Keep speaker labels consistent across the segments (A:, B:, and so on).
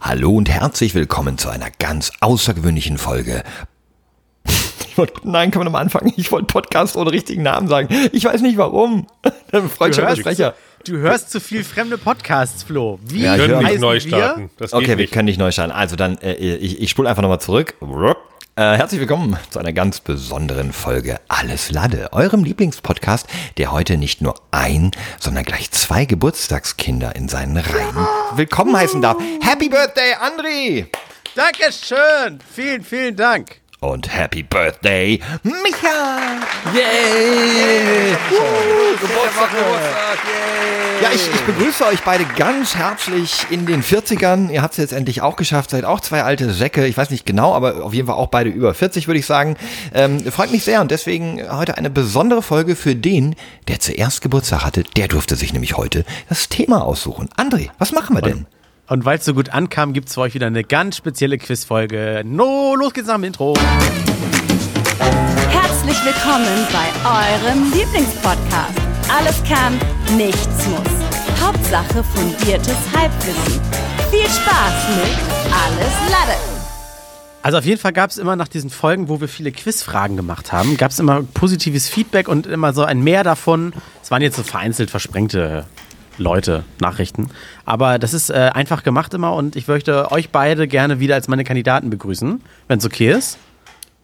A: Hallo und herzlich willkommen zu einer ganz außergewöhnlichen Folge. Ich wollte, nein, kann man am Anfang. Ich wollte Podcast ohne richtigen Namen sagen. Ich weiß nicht warum. Dann freut
B: Du
A: schon der
B: hörst,
A: Sprecher.
B: du hörst zu viel fremde Podcasts, Flo. Wie
A: Ja, ich
C: können
A: höre.
C: nicht
B: heißen
C: neu
B: wir?
C: starten. Das geht
A: Okay, wir
C: nicht.
A: können nicht neu starten. Also dann, äh, ich, ich spule einfach nochmal zurück. Äh, herzlich willkommen zu einer ganz besonderen Folge Alles Lade, eurem Lieblingspodcast, der heute nicht nur ein, sondern gleich zwei Geburtstagskinder in seinen Reihen willkommen heißen darf. Happy Birthday, Andri!
B: Dankeschön. Vielen, vielen Dank.
A: Und Happy Birthday, Micha!
D: Yay!
A: Geburtstag, Geburtstag, Ja, ich, ich begrüße euch beide ganz herzlich in den 40ern. Ihr habt es jetzt endlich auch geschafft, seid auch zwei alte Säcke. Ich weiß nicht genau, aber auf jeden Fall auch beide über 40, würde ich sagen. Ähm, freut mich sehr und deswegen heute eine besondere Folge für den, der zuerst Geburtstag hatte. Der durfte sich nämlich heute das Thema aussuchen. André, was machen wir denn?
B: Und weil es so gut ankam, gibt es für euch wieder eine ganz spezielle Quizfolge. No, los geht's nach dem Intro.
E: Herzlich willkommen bei eurem Lieblingspodcast. Alles kann, nichts muss. Hauptsache fundiertes Halbwissen. Viel Spaß mit Alles Lade.
B: Also auf jeden Fall gab es immer nach diesen Folgen, wo wir viele Quizfragen gemacht haben, gab es immer positives Feedback und immer so ein Mehr davon. Es waren jetzt so vereinzelt versprengte Leute, Nachrichten. Aber das ist äh, einfach gemacht immer und ich möchte euch beide gerne wieder als meine Kandidaten begrüßen, wenn es okay ist.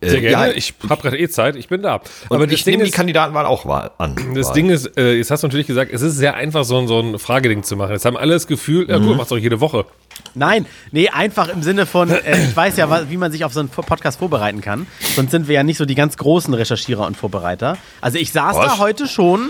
C: Sehr gerne.
A: Äh, ja.
C: Ich habe gerade eh Zeit. Ich bin da.
A: Und
C: Aber das
A: ich
C: Ding
A: nehme die
C: ist,
A: Kandidatenwahl auch wahr- an.
C: das
A: Wahl.
C: Ding ist, äh, jetzt hast du natürlich gesagt, es ist sehr einfach, so ein, so ein Frageding zu machen. Jetzt haben alle das Gefühl, ja
A: Mhm.
C: gut, macht's doch jede Woche.
B: Nein, nee, einfach im Sinne von, äh, ich weiß ja, wa- wie man sich auf so einen Po- Podcast vorbereiten kann. Sonst sind wir ja nicht so die ganz großen Recherchierer und Vorbereiter. Also ich saß
A: Was?
B: da heute schon.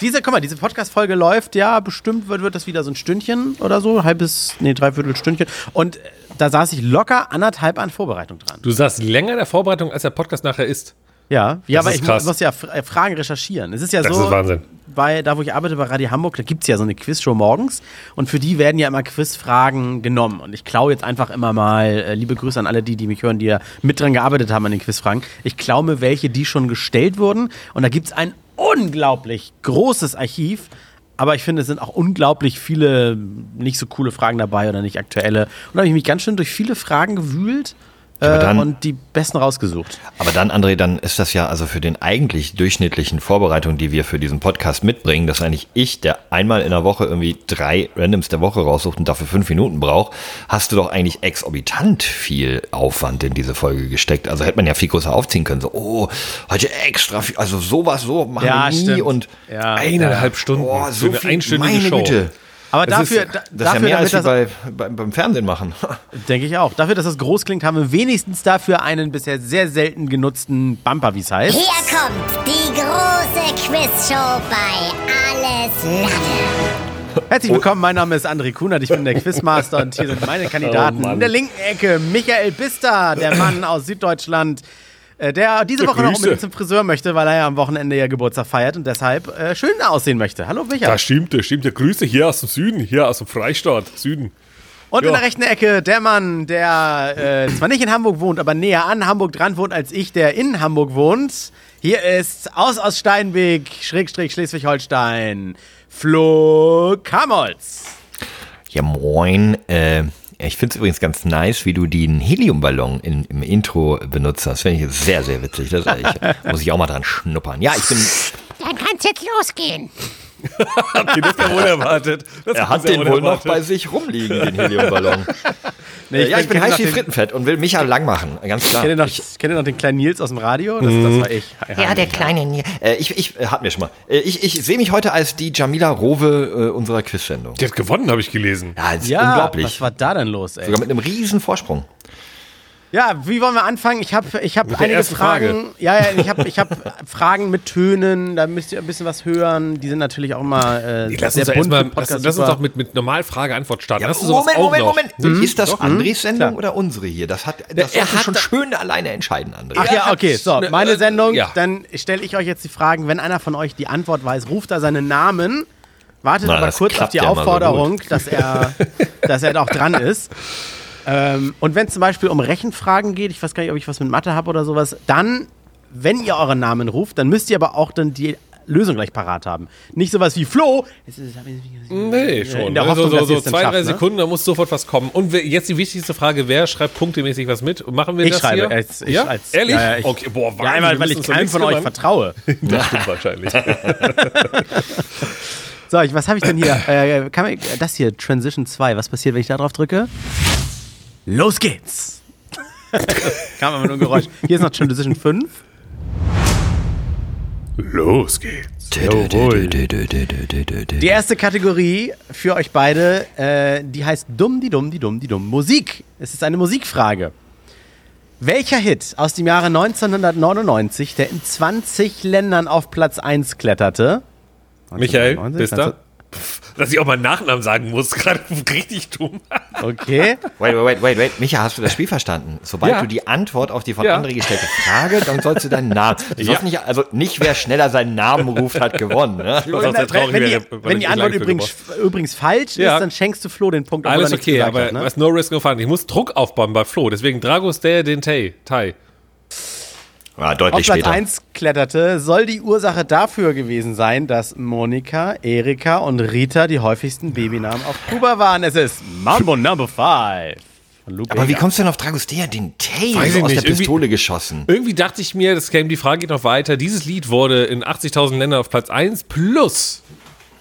B: Diese, guck mal, diese Podcast-Folge läuft, ja, bestimmt wird, wird das wieder so ein Stündchen oder so, halbes, nee, dreiviertel Stündchen. Und äh, da saß ich locker anderthalb an Vorbereitung dran.
C: Du saßt länger in der Vorbereitung, als der Podcast nachher ist.
B: Ja, ja
C: Das
B: aber
C: ist
B: ich mu-
C: krass.
B: muss ja Fra- äh, Fragen recherchieren. Es ist ja
C: Das
B: so,
C: ist Wahnsinn.
B: Bei, da, wo ich arbeite, bei Radio Hamburg, da gibt es ja so eine Quizshow morgens. Und für die werden ja immer Quizfragen genommen. Und ich klaue jetzt einfach immer mal, äh, liebe Grüße an alle die, die mich hören, die ja mit dran gearbeitet haben an den Quizfragen. Ich klaue mir welche, die schon gestellt wurden. Und da gibt es ein unglaublich großes Archiv. Aber ich finde, es sind auch unglaublich viele hm, nicht so coole Fragen dabei oder nicht aktuelle. Und da habe ich mich ganz schön durch viele Fragen gewühlt
A: Aber
B: äh,
A: dann-
B: und die besten rausgesucht.
A: Aber dann, André, dann ist das ja also für den eigentlich durchschnittlichen Vorbereitung, die wir für diesen Podcast mitbringen, dass eigentlich ich, der einmal in der Woche irgendwie drei Randoms der Woche raussucht und dafür fünf Minuten braucht, hast du doch eigentlich exorbitant viel Aufwand in diese Folge gesteckt. Also hätte man ja viel größer aufziehen können. So, oh, heute extra viel, also sowas, so machen
B: Ja,
A: wir nie.
B: stimmt.
A: Und
B: Ja.
C: Eineinhalb Stunden
A: oh, so
C: für eine
A: viel,
C: einstündige
A: meine
C: Show.
A: Güte.
B: Aber
C: Das
B: dafür,
C: ist-
B: da,
A: Das ist ja
B: dafür
A: mehr als
B: damit
A: wie
B: das,
A: bei, bei, beim Fernsehen machen.
B: denke ich auch, dafür, dass das groß klingt, haben wir wenigstens dafür einen bisher sehr selten genutzten Bumper, wie es heißt.
C: Oh.
F: Hier kommt die große Quizshow bei Alles Lade.
B: Herzlich willkommen, mein Name ist André Kunert, ich bin der Quizmaster und hier sind meine Kandidaten.
C: Oh, Mann.
B: In der linken Ecke Michael Bister, der Mann aus Süddeutschland, äh, der diese Woche noch
C: Grüße.
B: unbedingt zum Friseur möchte, weil er ja am Wochenende ja Geburtstag feiert und deshalb äh, schön aussehen möchte. Hallo Michael.
C: Das stimmt, das stimmt. Ja, Grüße hier aus dem Süden, hier aus dem Freistaat, Süden.
B: Und in
C: Ja.
B: der rechten Ecke der Mann, der äh, zwar nicht in Hamburg wohnt, aber näher an Hamburg dran wohnt als ich, der in Hamburg wohnt. Hier ist aus aus Steinweg, Schrägstrich Schleswig-Holstein, Flo Kamolz.
A: Ja, moin. Äh, ich finde es übrigens ganz nice, wie du den Heliumballon in, im Intro benutzt hast. Finde ich sehr, sehr witzig. Das ist echt, muss ich auch mal dran schnuppern. Ja, ich bin.
F: Dann kann's jetzt losgehen.
C: Habt ihr das ja wohl erwartet? Das
A: Er
C: habt
A: hat
C: ihr
A: den wohl noch bei sich rumliegen, den Heliumballon.
B: Nee,
A: Äh, ja, ich bin
B: kenn
A: heiß
B: noch
A: wie
B: den-
A: Frittenfett und will Micha lang machen. Ganz klar.
B: Kennt ihr noch, kennt ihr noch den kleinen Nils aus dem Radio? Das, das war ich.
A: Mhm. Ja, der kleine Nier. Äh, ich, ich äh, hat mir schon mal. Äh, ich ich sehe mich heute als die Jamila Rowe äh, unserer Quizsendung.
C: Die hat gewonnen, habe ich gelesen.
A: Ja, das ist
B: Ja,
A: unglaublich.
B: was war da denn los, ey?
A: Sogar mit einem riesen Vorsprung.
B: Ja, wie wollen wir anfangen? Ich habe ich hab
C: Mit der
B: einige
C: ersten Frage.
B: Fragen. Ja, ja, ich habe ich hab Fragen mit Tönen, da müsst ihr ein bisschen was hören. Die sind natürlich auch immer äh,
C: Lass uns,
B: sehr
C: doch
B: bunt.
C: erst mal,
B: für
C: lass,
B: Podcasts.
C: lass uns
B: Super.
C: doch mit, mit normal Frage-Antwort starten. Hast du sowas auch noch? Mhm.
A: Ist das Andres Sendung
B: Klar.
A: oder unsere hier? Das hat das
C: er
A: solltest du
C: hat
A: schon
C: da-
A: schön alleine entscheiden, André.
B: Ach ja, okay, so,
C: Ne,
B: meine
C: äh,
B: Sendung,
C: ja.
B: dann stelle ich euch jetzt die Fragen. Wenn einer von euch die Antwort weiß, ruft er seinen Namen. Wartet
A: Na,
B: aber
A: das
B: kurz auf
A: klappt
B: die
A: ja immer so
B: Aufforderung, dass, er, dass er da auch dran ist. Ähm, und wenn es zum Beispiel um Rechenfragen geht, ich weiß gar nicht, ob ich was mit Mathe habe oder sowas, dann, wenn ihr euren Namen ruft, dann müsst ihr aber auch dann die Lösung gleich parat haben. Nicht sowas wie Flo.
C: Nee, schon.
B: In der
C: ne?
B: Hoffnung,
C: so
B: dass ihr
C: so, so
B: es dann
C: zwei, drei
B: schafft, ne?
C: Sekunden, da muss sofort was kommen. Und wer, jetzt die wichtigste Frage, wer schreibt punktemäßig was mit? Machen wir
B: Ich
C: das
B: schreibe.
C: hier?
B: Als, ich
C: ja?
B: als,
C: Ehrlich?
B: Ja, ja, ich,
C: okay, boah,
B: ja,
C: Wahnsinn.
B: einmal,
C: wir
B: weil
C: müssen
B: ich
C: uns um
B: keinem
C: nichts
B: von euch
C: kümmern.
B: vertraue.
C: Das stimmt wahrscheinlich.
B: So, ich, was habe ich denn hier? Äh, kann man, das hier, Transition 2. Was passiert, wenn ich da drauf drücke? Los geht's! Kam aber nur ein Geräusch. Hier ist noch Transition 5.
C: Los geht's.
B: Die erste Kategorie für euch beide, äh, die heißt Dumm, die Dumm, die Dumm, die Dumm. Musik. Es ist eine Musikfrage. Welcher Hit aus dem Jahre 1999, der in 20 Ländern auf Platz 1 kletterte?
C: Michael,
B: 1999?
C: bist du? Pff, Dass ich auch mal einen Nachnamen sagen muss, gerade richtig dumm.
B: Okay.
A: Wait, wait, wait, wait, wait. Micha, hast du das Spiel verstanden? Sobald
C: Äh. Ja.
A: du die Antwort auf die von
C: Ja.
A: André gestellte Frage, dann sollst du deinen Namen. Du sollst
C: Ja.
A: nicht, also nicht wer schneller seinen Namen ruft, hat gewonnen. Ne?
C: Was auch sehr traurig
B: halt wenn, die,
C: wäre,
B: wenn die
C: ich
B: Antwort
C: lange für
B: übrigens,
C: gebraucht
B: übrigens falsch
C: Ja.
B: ist, dann schenkst du Flo den Punkt. obwohl
C: Alles
B: er nichts
C: okay,
B: gesagt
C: aber
B: hat, ne?
C: was no risk no fun. Ich muss Druck aufbauen bei Flo, deswegen Dragos der den Tay. Tai.
A: Ja,
B: Auf
A: Ah, deutlich
B: Platz
A: später.
B: 1 kletterte, soll die Ursache dafür gewesen sein, dass Monika, Erika und Rita die häufigsten Babynamen auf Kuba waren. Es ist Mambo Number 5.
A: Aber wie kommst du denn auf Dragostea? Den Tay
C: Weiß
A: so
C: ich
A: aus
C: nicht,
A: der
C: irgendwie-
A: Pistole geschossen.
C: Irgendwie dachte ich mir, das käme, die Frage geht noch weiter. Dieses Lied wurde in 80.000 Ländern auf Platz 1 plus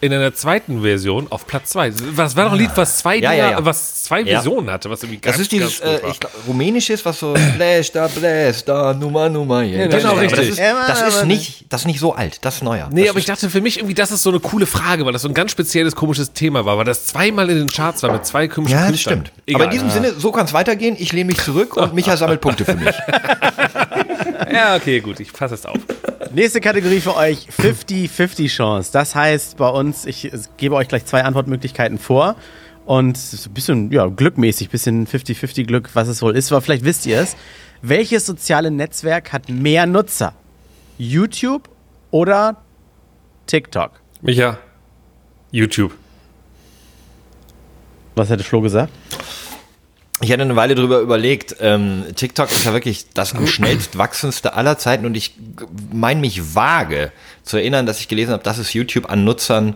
C: in einer zweiten Version auf Platz 2. Was war noch ein Lied, was zwei,
A: Ja,
C: Dinger-
A: ja, ja.
C: was zwei
A: Ja.
C: Versionen hatte? Was irgendwie
A: Das
C: ganz,
A: ist dieses
C: ganz
A: äh,
C: gut war.
A: ich glaub, rumänisches, was so Flash da, Blast da, Nummer, Nummer. Yeah.
C: genau,
A: Aber
C: richtig.
A: Das ist, das, ist nicht, das ist nicht so alt, das ist neuer.
C: Nee,
A: das
C: aber ich dachte für mich irgendwie, das ist so eine coole Frage, weil das so ein ganz spezielles, komisches Thema war, weil das zweimal in den Charts war mit zwei komischen
A: Ja, das
C: Künstlern.
A: stimmt.
C: Egal.
A: Aber in diesem Sinne, so kann es weitergehen. Ich lehne mich zurück und Micha sammelt Punkte für mich.
C: Ja, okay, gut, ich fasse es auf.
B: Nächste Kategorie für euch, 50-50 Chance. Das heißt bei uns, ich äh, gebe euch gleich zwei Antwortmöglichkeiten vor. Und es ist ein bisschen ja, glückmäßig, ein bisschen 50-50 Glück, was es wohl ist, aber vielleicht wisst ihr es. Welches soziale Netzwerk hat mehr Nutzer? YouTube oder TikTok?
C: Micha, YouTube.
B: Was hätte Flo gesagt?
A: Ich hatte eine Weile drüber überlegt. Ähm, TikTok ist ja wirklich das am schnellst wachsendste aller Zeiten und ich meine mich vage zu erinnern, dass ich gelesen habe, dass es YouTube an Nutzern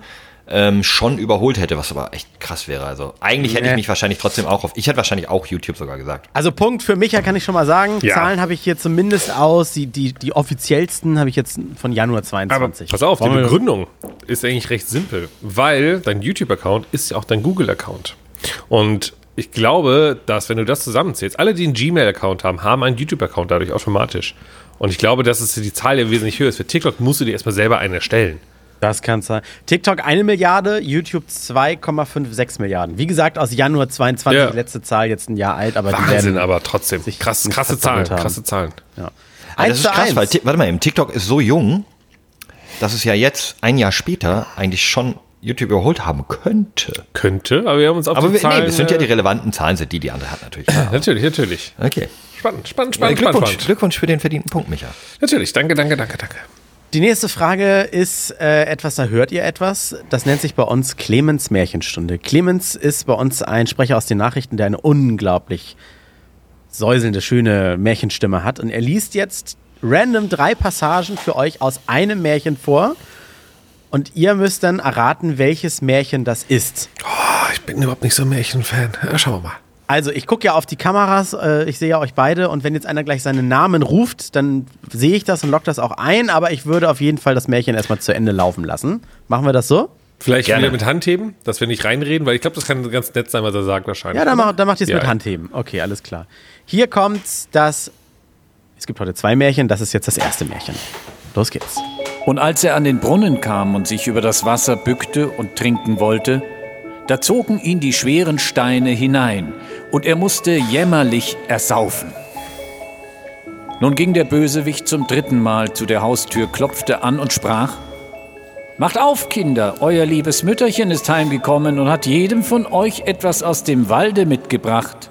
A: ähm, schon überholt hätte, was aber echt krass wäre. Also eigentlich hätte ich
B: Nee.
A: mich wahrscheinlich trotzdem auch auf. Ich hätte wahrscheinlich auch YouTube sogar gesagt.
B: Also Punkt für Micha kann ich schon mal sagen.
C: Ja.
B: Zahlen habe ich hier zumindest aus. Die, die, die offiziellsten habe ich jetzt von Januar
C: Aber
B: 22.
C: pass auf, die
B: Wollen wir-
C: Begründung ist eigentlich recht simpel, weil dein YouTube-Account ist ja auch dein Google-Account. Und ich glaube, dass wenn du das zusammenzählst, alle, die einen Gmail-Account haben, haben einen YouTube-Account dadurch automatisch. Und ich glaube, dass es die Zahl ja wesentlich höher ist. Für TikTok musst du dir erstmal selber einen erstellen.
B: Das kann sein. TikTok eine Milliarde, YouTube 2,56 Milliarden. Wie gesagt, aus Januar 22,
C: Ja.
B: die letzte Zahl, jetzt ein Jahr alt, aber die
C: Wahnsinn,
B: werden.
C: aber trotzdem.
B: sich
C: Krass,
B: nicht
C: krasse Zahlen,
B: verdoppelt haben.
C: krasse Zahlen.
B: Ja.
A: Aber
B: Eins
A: das ist krass,
B: zu
A: weil
B: eins.
A: Ti- warte mal, eben, TikTok ist so jung, dass es ja jetzt ein Jahr später eigentlich schon YouTube überholt haben könnte.
C: Könnte, aber wir haben uns auf
A: Aber
C: die
A: wir,
C: Zahlen...
A: nee, das sind ja die
C: äh,
A: relevanten Zahlen, sind die die andere hat natürlich.
C: Natürlich, natürlich.
A: Okay. Äh,
C: Spannend, spannend, spannend, spannend,
A: Glückwunsch,
C: spannend.
A: Glückwunsch für den verdienten Punkt, Micha.
C: Natürlich, danke, danke, danke, danke.
B: Die nächste Frage ist äh, etwas, da hört ihr etwas. Das nennt sich bei uns Clemens Märchenstunde. Clemens ist bei uns ein Sprecher aus den Nachrichten, der eine unglaublich säuselnde, schöne Märchenstimme hat. Und er liest jetzt random drei Passagen für euch aus einem Märchen vor. Und ihr müsst dann erraten, welches Märchen das ist.
C: Oh, ich bin überhaupt nicht so ein Märchen-Fan. Ja, Schauen wir mal.
B: Also, ich gucke ja auf die Kameras, äh, ich sehe ja euch beide und wenn jetzt einer gleich seinen Namen ruft, dann sehe ich das und lock das auch ein, aber ich würde auf jeden Fall das Märchen erstmal zu Ende laufen lassen. Machen wir das so?
C: Vielleicht
A: Gerne.
C: wieder mit Handheben, dass wir nicht reinreden, weil ich glaube, das kann ganz nett sein, was er sagt wahrscheinlich.
B: Ja, dann, mach, dann macht ihr es
C: Ja,
B: mit
C: ja.
B: Handheben. Okay, alles klar. Hier kommt das. Es gibt heute zwei Märchen, das ist jetzt das erste Märchen. Los geht's.
G: Und als er an den Brunnen kam und sich über das Wasser bückte und trinken wollte, da zogen ihn die schweren Steine hinein, und er musste jämmerlich ersaufen. Nun ging der Bösewicht zum dritten Mal zu der Haustür, klopfte an und sprach Macht auf, Kinder, euer liebes Mütterchen ist heimgekommen und hat jedem von euch etwas aus dem Walde mitgebracht.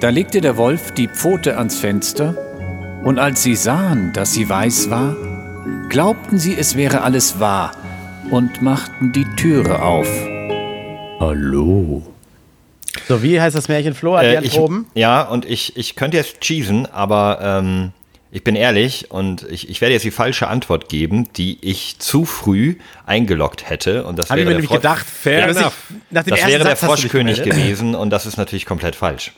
G: Da legte der Wolf die Pfote ans Fenster, und als sie sahen, dass sie weiß war, glaubten sie, es wäre alles wahr und machten die Türe auf. Hallo.
B: So, wie heißt das Märchen, Flo? Hat
A: Äh,
B: äh,
A: ich,
B: Proben?
A: ja, und ich, ich könnte jetzt cheesen, aber ähm, Ich bin ehrlich und ich, ich werde jetzt die falsche Antwort geben, die ich zu früh eingeloggt hätte. Und das
B: Hab ich
A: wäre
B: mir
A: der
B: nämlich
A: Frosch-
B: gedacht,
C: Fair
B: dass ich-
C: enough.
B: nach dem
A: das
B: ersten
A: wäre der
B: Satz hast du dich
A: Froschkönig
B: gemeldet.
A: gewesen und das ist natürlich komplett falsch.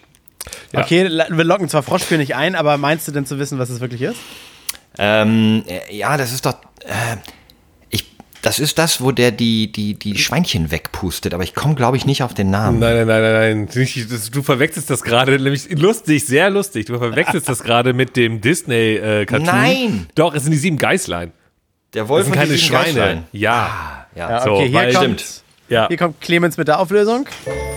C: Ja.
B: Okay, la- wir locken zwar Froschkönig ein, aber meinst du denn zu wissen, was es wirklich ist?
A: Ähm, äh, ja, das ist doch. Äh, ich, das ist das, wo der die, die, die Schweinchen wegpustet, aber ich komme, glaube ich, nicht auf den Namen.
C: Nein, nein, nein, nein, nein. Nicht, das- Du verwechselst das gerade, nämlich lustig, sehr lustig. Du verwechselst das gerade mit dem Disney-Cartoon.
A: Nein!
C: Doch, es sind die sieben Geißlein.
A: Der Wolf
C: Das sind
A: und die
C: keine
A: sieben
C: Schweine.
A: Geißlein. Ah,
C: Ja.
A: Ja,
B: Ja,
C: So,
B: okay, hier,
C: weil-
B: kommt,
A: stimmt.
C: ja.
B: hier kommt Clemens mit der Auflösung.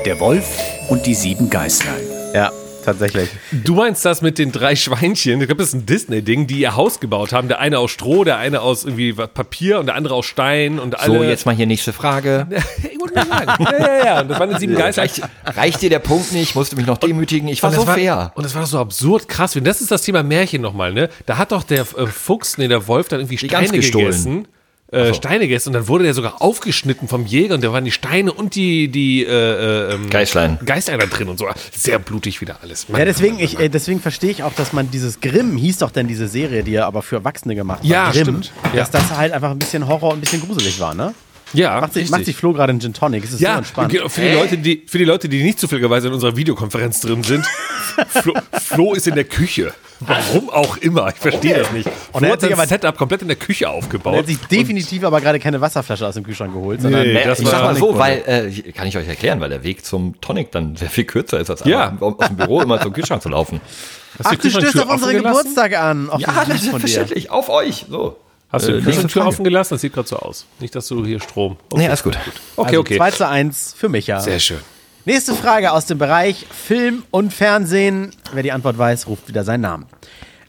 G: Der Wolf und die sieben Geißlein.
B: Ja, tatsächlich.
C: Du meinst das mit den drei Schweinchen? Ich glaube, das ist ein Disney-Ding, die ihr Haus gebaut haben. Der eine aus Stroh, der eine aus irgendwie Papier und der andere aus Stein und alle.
A: So, jetzt mal hier nächste Frage.
C: Ich wollte nur sagen. Ja, ja, ja. Und das waren die sieben Geißlein.
A: Reicht, reicht dir der Punkt nicht? Musst du mich noch demütigen? Ich war
C: Und das
A: so fair.
C: Und das war doch so absurd krass. Und das ist das Thema Märchen nochmal, ne? Da hat doch der äh, Fuchs, ne, der Wolf dann irgendwie
A: Gans
C: Steine
A: gestohlen.
C: gegessen. Äh, Steine gegessen und dann wurde der sogar aufgeschnitten vom Jäger und da waren die Steine und die, die äh, äh, ähm,
A: Geißlein.
C: Geißlein da drin und so. Sehr blutig wieder alles. Mann,
B: Ja, deswegen,
C: Mann, Mann,
B: ich, äh, deswegen verstehe ich auch, dass man dieses Grimm, hieß doch denn diese Serie, die ja aber für Erwachsene gemacht war,
C: Ja,
B: Grimm,
C: stimmt.
B: dass
C: Ja.
B: das halt einfach ein bisschen Horror und ein bisschen gruselig war, ne?
C: Mann. ja,
B: Macht sich,
C: richtig.
B: macht sich Flo gerade einen Gin Tonic, es ist so
C: ja,
B: entspannt.
C: ge- für die, Leute, die, für die Leute, die nicht zufälligerweise in unserer Videokonferenz drin sind, Flo, Flo ist in der Küche. Warum auch immer, ich verstehe das nicht.
B: Und
C: Flo
B: er
C: hat
B: hat sich
C: sein
B: aber-
C: Setup komplett in der Küche
B: Er
C: aufgebaut.
B: hat sich definitiv aber gerade keine Wasserflasche aus dem Kühlschrank geholt, sondern
C: Nee,
A: Naja,
C: das
A: ich
C: war
A: sag mal so,
B: Tonic-Butter.
A: weil, äh, kann ich euch erklären, weil der Weg zum Tonic dann sehr viel kürzer ist, als
C: Ja.
A: einfach aus dem Büro immer zum Kühlschrank zu laufen.
C: Hast
B: Ach, du stößt
C: Kühlschranktür
B: auf unsere
C: offen gelassen?
B: Geburtstage an. Och, wie süß von dir.
A: auf euch. So.
C: Hast du
A: Äh,
C: die Küchentür
A: Frage.
C: offen gelassen? Das sieht gerade so aus. Nicht, dass du hier Strom.
A: Nee, alles gut.
C: Okay,
B: also
C: okay.
B: 2 zu 1 für Micha.
C: Sehr schön.
B: Nächste Frage aus dem Bereich Film und Fernsehen. Wer die Antwort weiß, ruft wieder seinen Namen.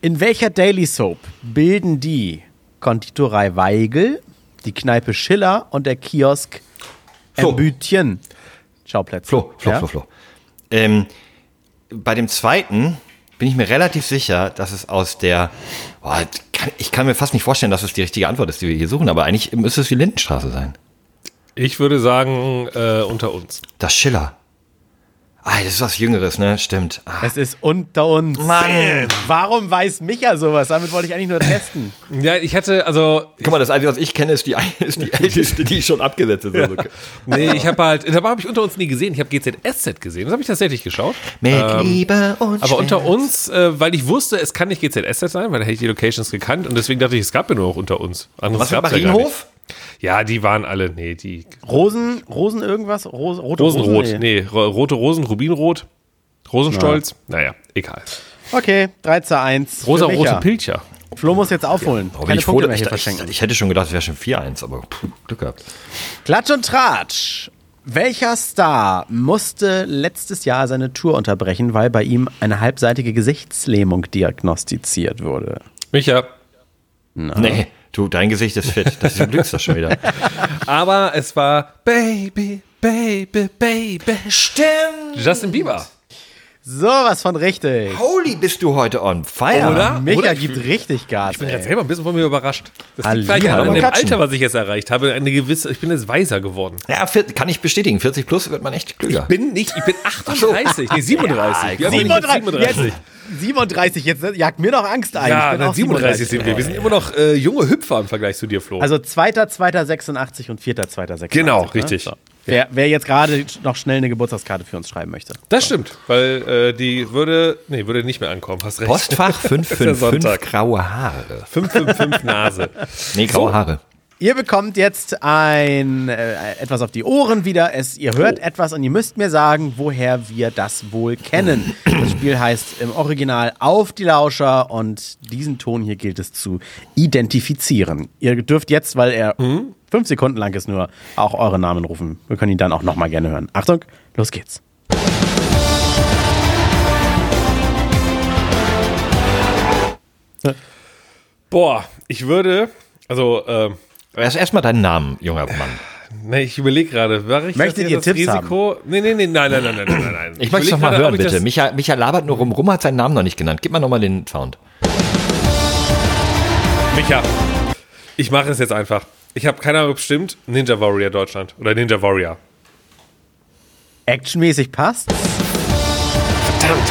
B: In welcher Daily Soap bilden die Konditorei Weigel, die Kneipe Schiller und der Kiosk
A: Flo.
B: Embütchen Schauplätze?
A: Flo, Flo,
B: Ja?
A: Flo, Flo. Ähm, bei dem zweiten bin ich mir relativ sicher, dass es aus der. Boah, kann, ich kann mir fast nicht vorstellen, dass es die richtige Antwort ist, die wir hier suchen, aber eigentlich müsste es die Lindenstraße sein.
C: Ich würde sagen, äh, unter uns.
A: Das Schiller. Ah, das ist was Jüngeres, ne? Stimmt. Ah,
B: Es ist unter uns.
A: Mann!
B: Warum weiß Micha sowas? Damit wollte ich eigentlich nur testen.
C: Ja, ich hatte, also,
A: Guck mal, das Einzige, was ich kenne, ist die, ist die älteste, die schon abgesetzt ist. Also, okay.
C: nee, ich habe halt, dabei habe ich unter uns nie gesehen. Ich habe GZSZ gesehen. Das habe ich tatsächlich geschaut. Ähm,
A: Mit Liebe und
C: Aber unter
A: Schmerz.
C: uns, äh, weil ich wusste, es kann nicht GZSZ sein, weil da hätte ich die Locations gekannt. Und deswegen dachte ich, es gab ja nur noch unter uns. Anderes
A: Was mit
C: gab's ja gar
A: Marienhof?
C: nicht. Ja, die waren alle, nee, die.
B: Rosen, Rosen irgendwas? Rose, rote
C: Rosenrot,
B: Rosen?
C: nee, ro- rote Rosen, Rubinrot, Rosenstolz. Naja, egal.
B: Okay, 3 zu 1. für Micha.
C: Rosa-rote Pilcher.
B: Flo muss jetzt aufholen.
A: Warum Oh, bin
B: Keine
A: ich froh, dass
B: Punkte mehr
A: ich,
B: hier
A: ich,
B: verschenken.
A: ich hätte schon gedacht, es wäre schon 4-1, aber puh, Glück gehabt.
B: Klatsch und Tratsch. Welcher Star musste letztes Jahr seine Tour unterbrechen, weil bei ihm eine halbseitige Gesichtslähmung diagnostiziert wurde?
C: Micha,
A: Nee, du, dein Gesicht ist fit. Das ist, du lügst das schon wieder.
C: Aber es war Baby, Baby, Baby. Stimmt. Justin Bieber.
B: Sowas von richtig.
A: Holy, bist du heute on fire.
C: Oder?
B: Micha
C: Oder ich-
B: gibt richtig Gas.
C: Ich bin
B: ey.
C: gerade selber ein bisschen von mir überrascht. Das
B: Hallo,
C: liegt vielleicht an
B: hallo.
C: dem
A: Katschen.
C: Alter, was ich jetzt erreicht habe. Eine gewisse, ich bin jetzt weiser geworden.
A: Ja, vier- kann ich bestätigen. 40 plus wird man echt klüger.
C: Bin nicht, ich bin 38, nee, 37.
A: Ja,
C: Wie alt bin ich jetzt?
B: 37. Jetzt, 37, jetzt jagt mir doch Angst ein.
C: Ja,
B: Ich bin
C: dann
B: auch
C: 37 sind wir. Wir sind immer noch äh, junge Hüpfer im Vergleich zu dir, Flo.
B: Also 2.2.86 und 4.2.86.
C: Genau,
B: ne?
C: richtig.
B: So. Wer, wer jetzt gerade noch schnell eine Geburtstagskarte für uns schreiben möchte.
C: das stimmt, weil äh, die würde, nee, würde nicht mehr ankommen. Hast recht.
A: Postfach
C: der
A: 555
C: Sonntag.
A: graue Haare.
C: 555 Nase.
A: Nee, graue Haare.
B: Ihr bekommt jetzt ein äh, etwas auf die Ohren wieder. Es, ihr hört etwas und ihr müsst mir sagen, woher wir das wohl kennen. Das Spiel heißt im Original Auf die Lauscher und diesen Ton hier gilt es zu identifizieren. Ihr dürft jetzt, weil er fünf Sekunden lang ist, nur auch eure Namen rufen. Wir können ihn dann auch nochmal gerne hören. Achtung, los geht's.
C: Boah, ich würde, also, ähm,
A: Erst erstmal deinen Namen, junger Mann.
C: Nee, ich überlege gerade, mache ich
B: Möchtet
C: das
B: ihr
C: jetzt das
B: Tipps
C: Risiko? Nee, nee, nee, nein, nein, nein, nein, nein, nein.
A: Ich möchte es
C: überleg
A: nochmal
C: gerade,
A: hören,
C: ob ich
A: bitte.
C: das-
A: Micha, Micha labert nur rum. Rum hat seinen Namen noch nicht genannt. Gib mal nochmal den Sound.
C: Micha, ich mache es jetzt einfach. Ich habe keine Ahnung, ob es stimmt. Ninja Warrior Deutschland oder Ninja Warrior.
B: Actionmäßig passt. Verdammt.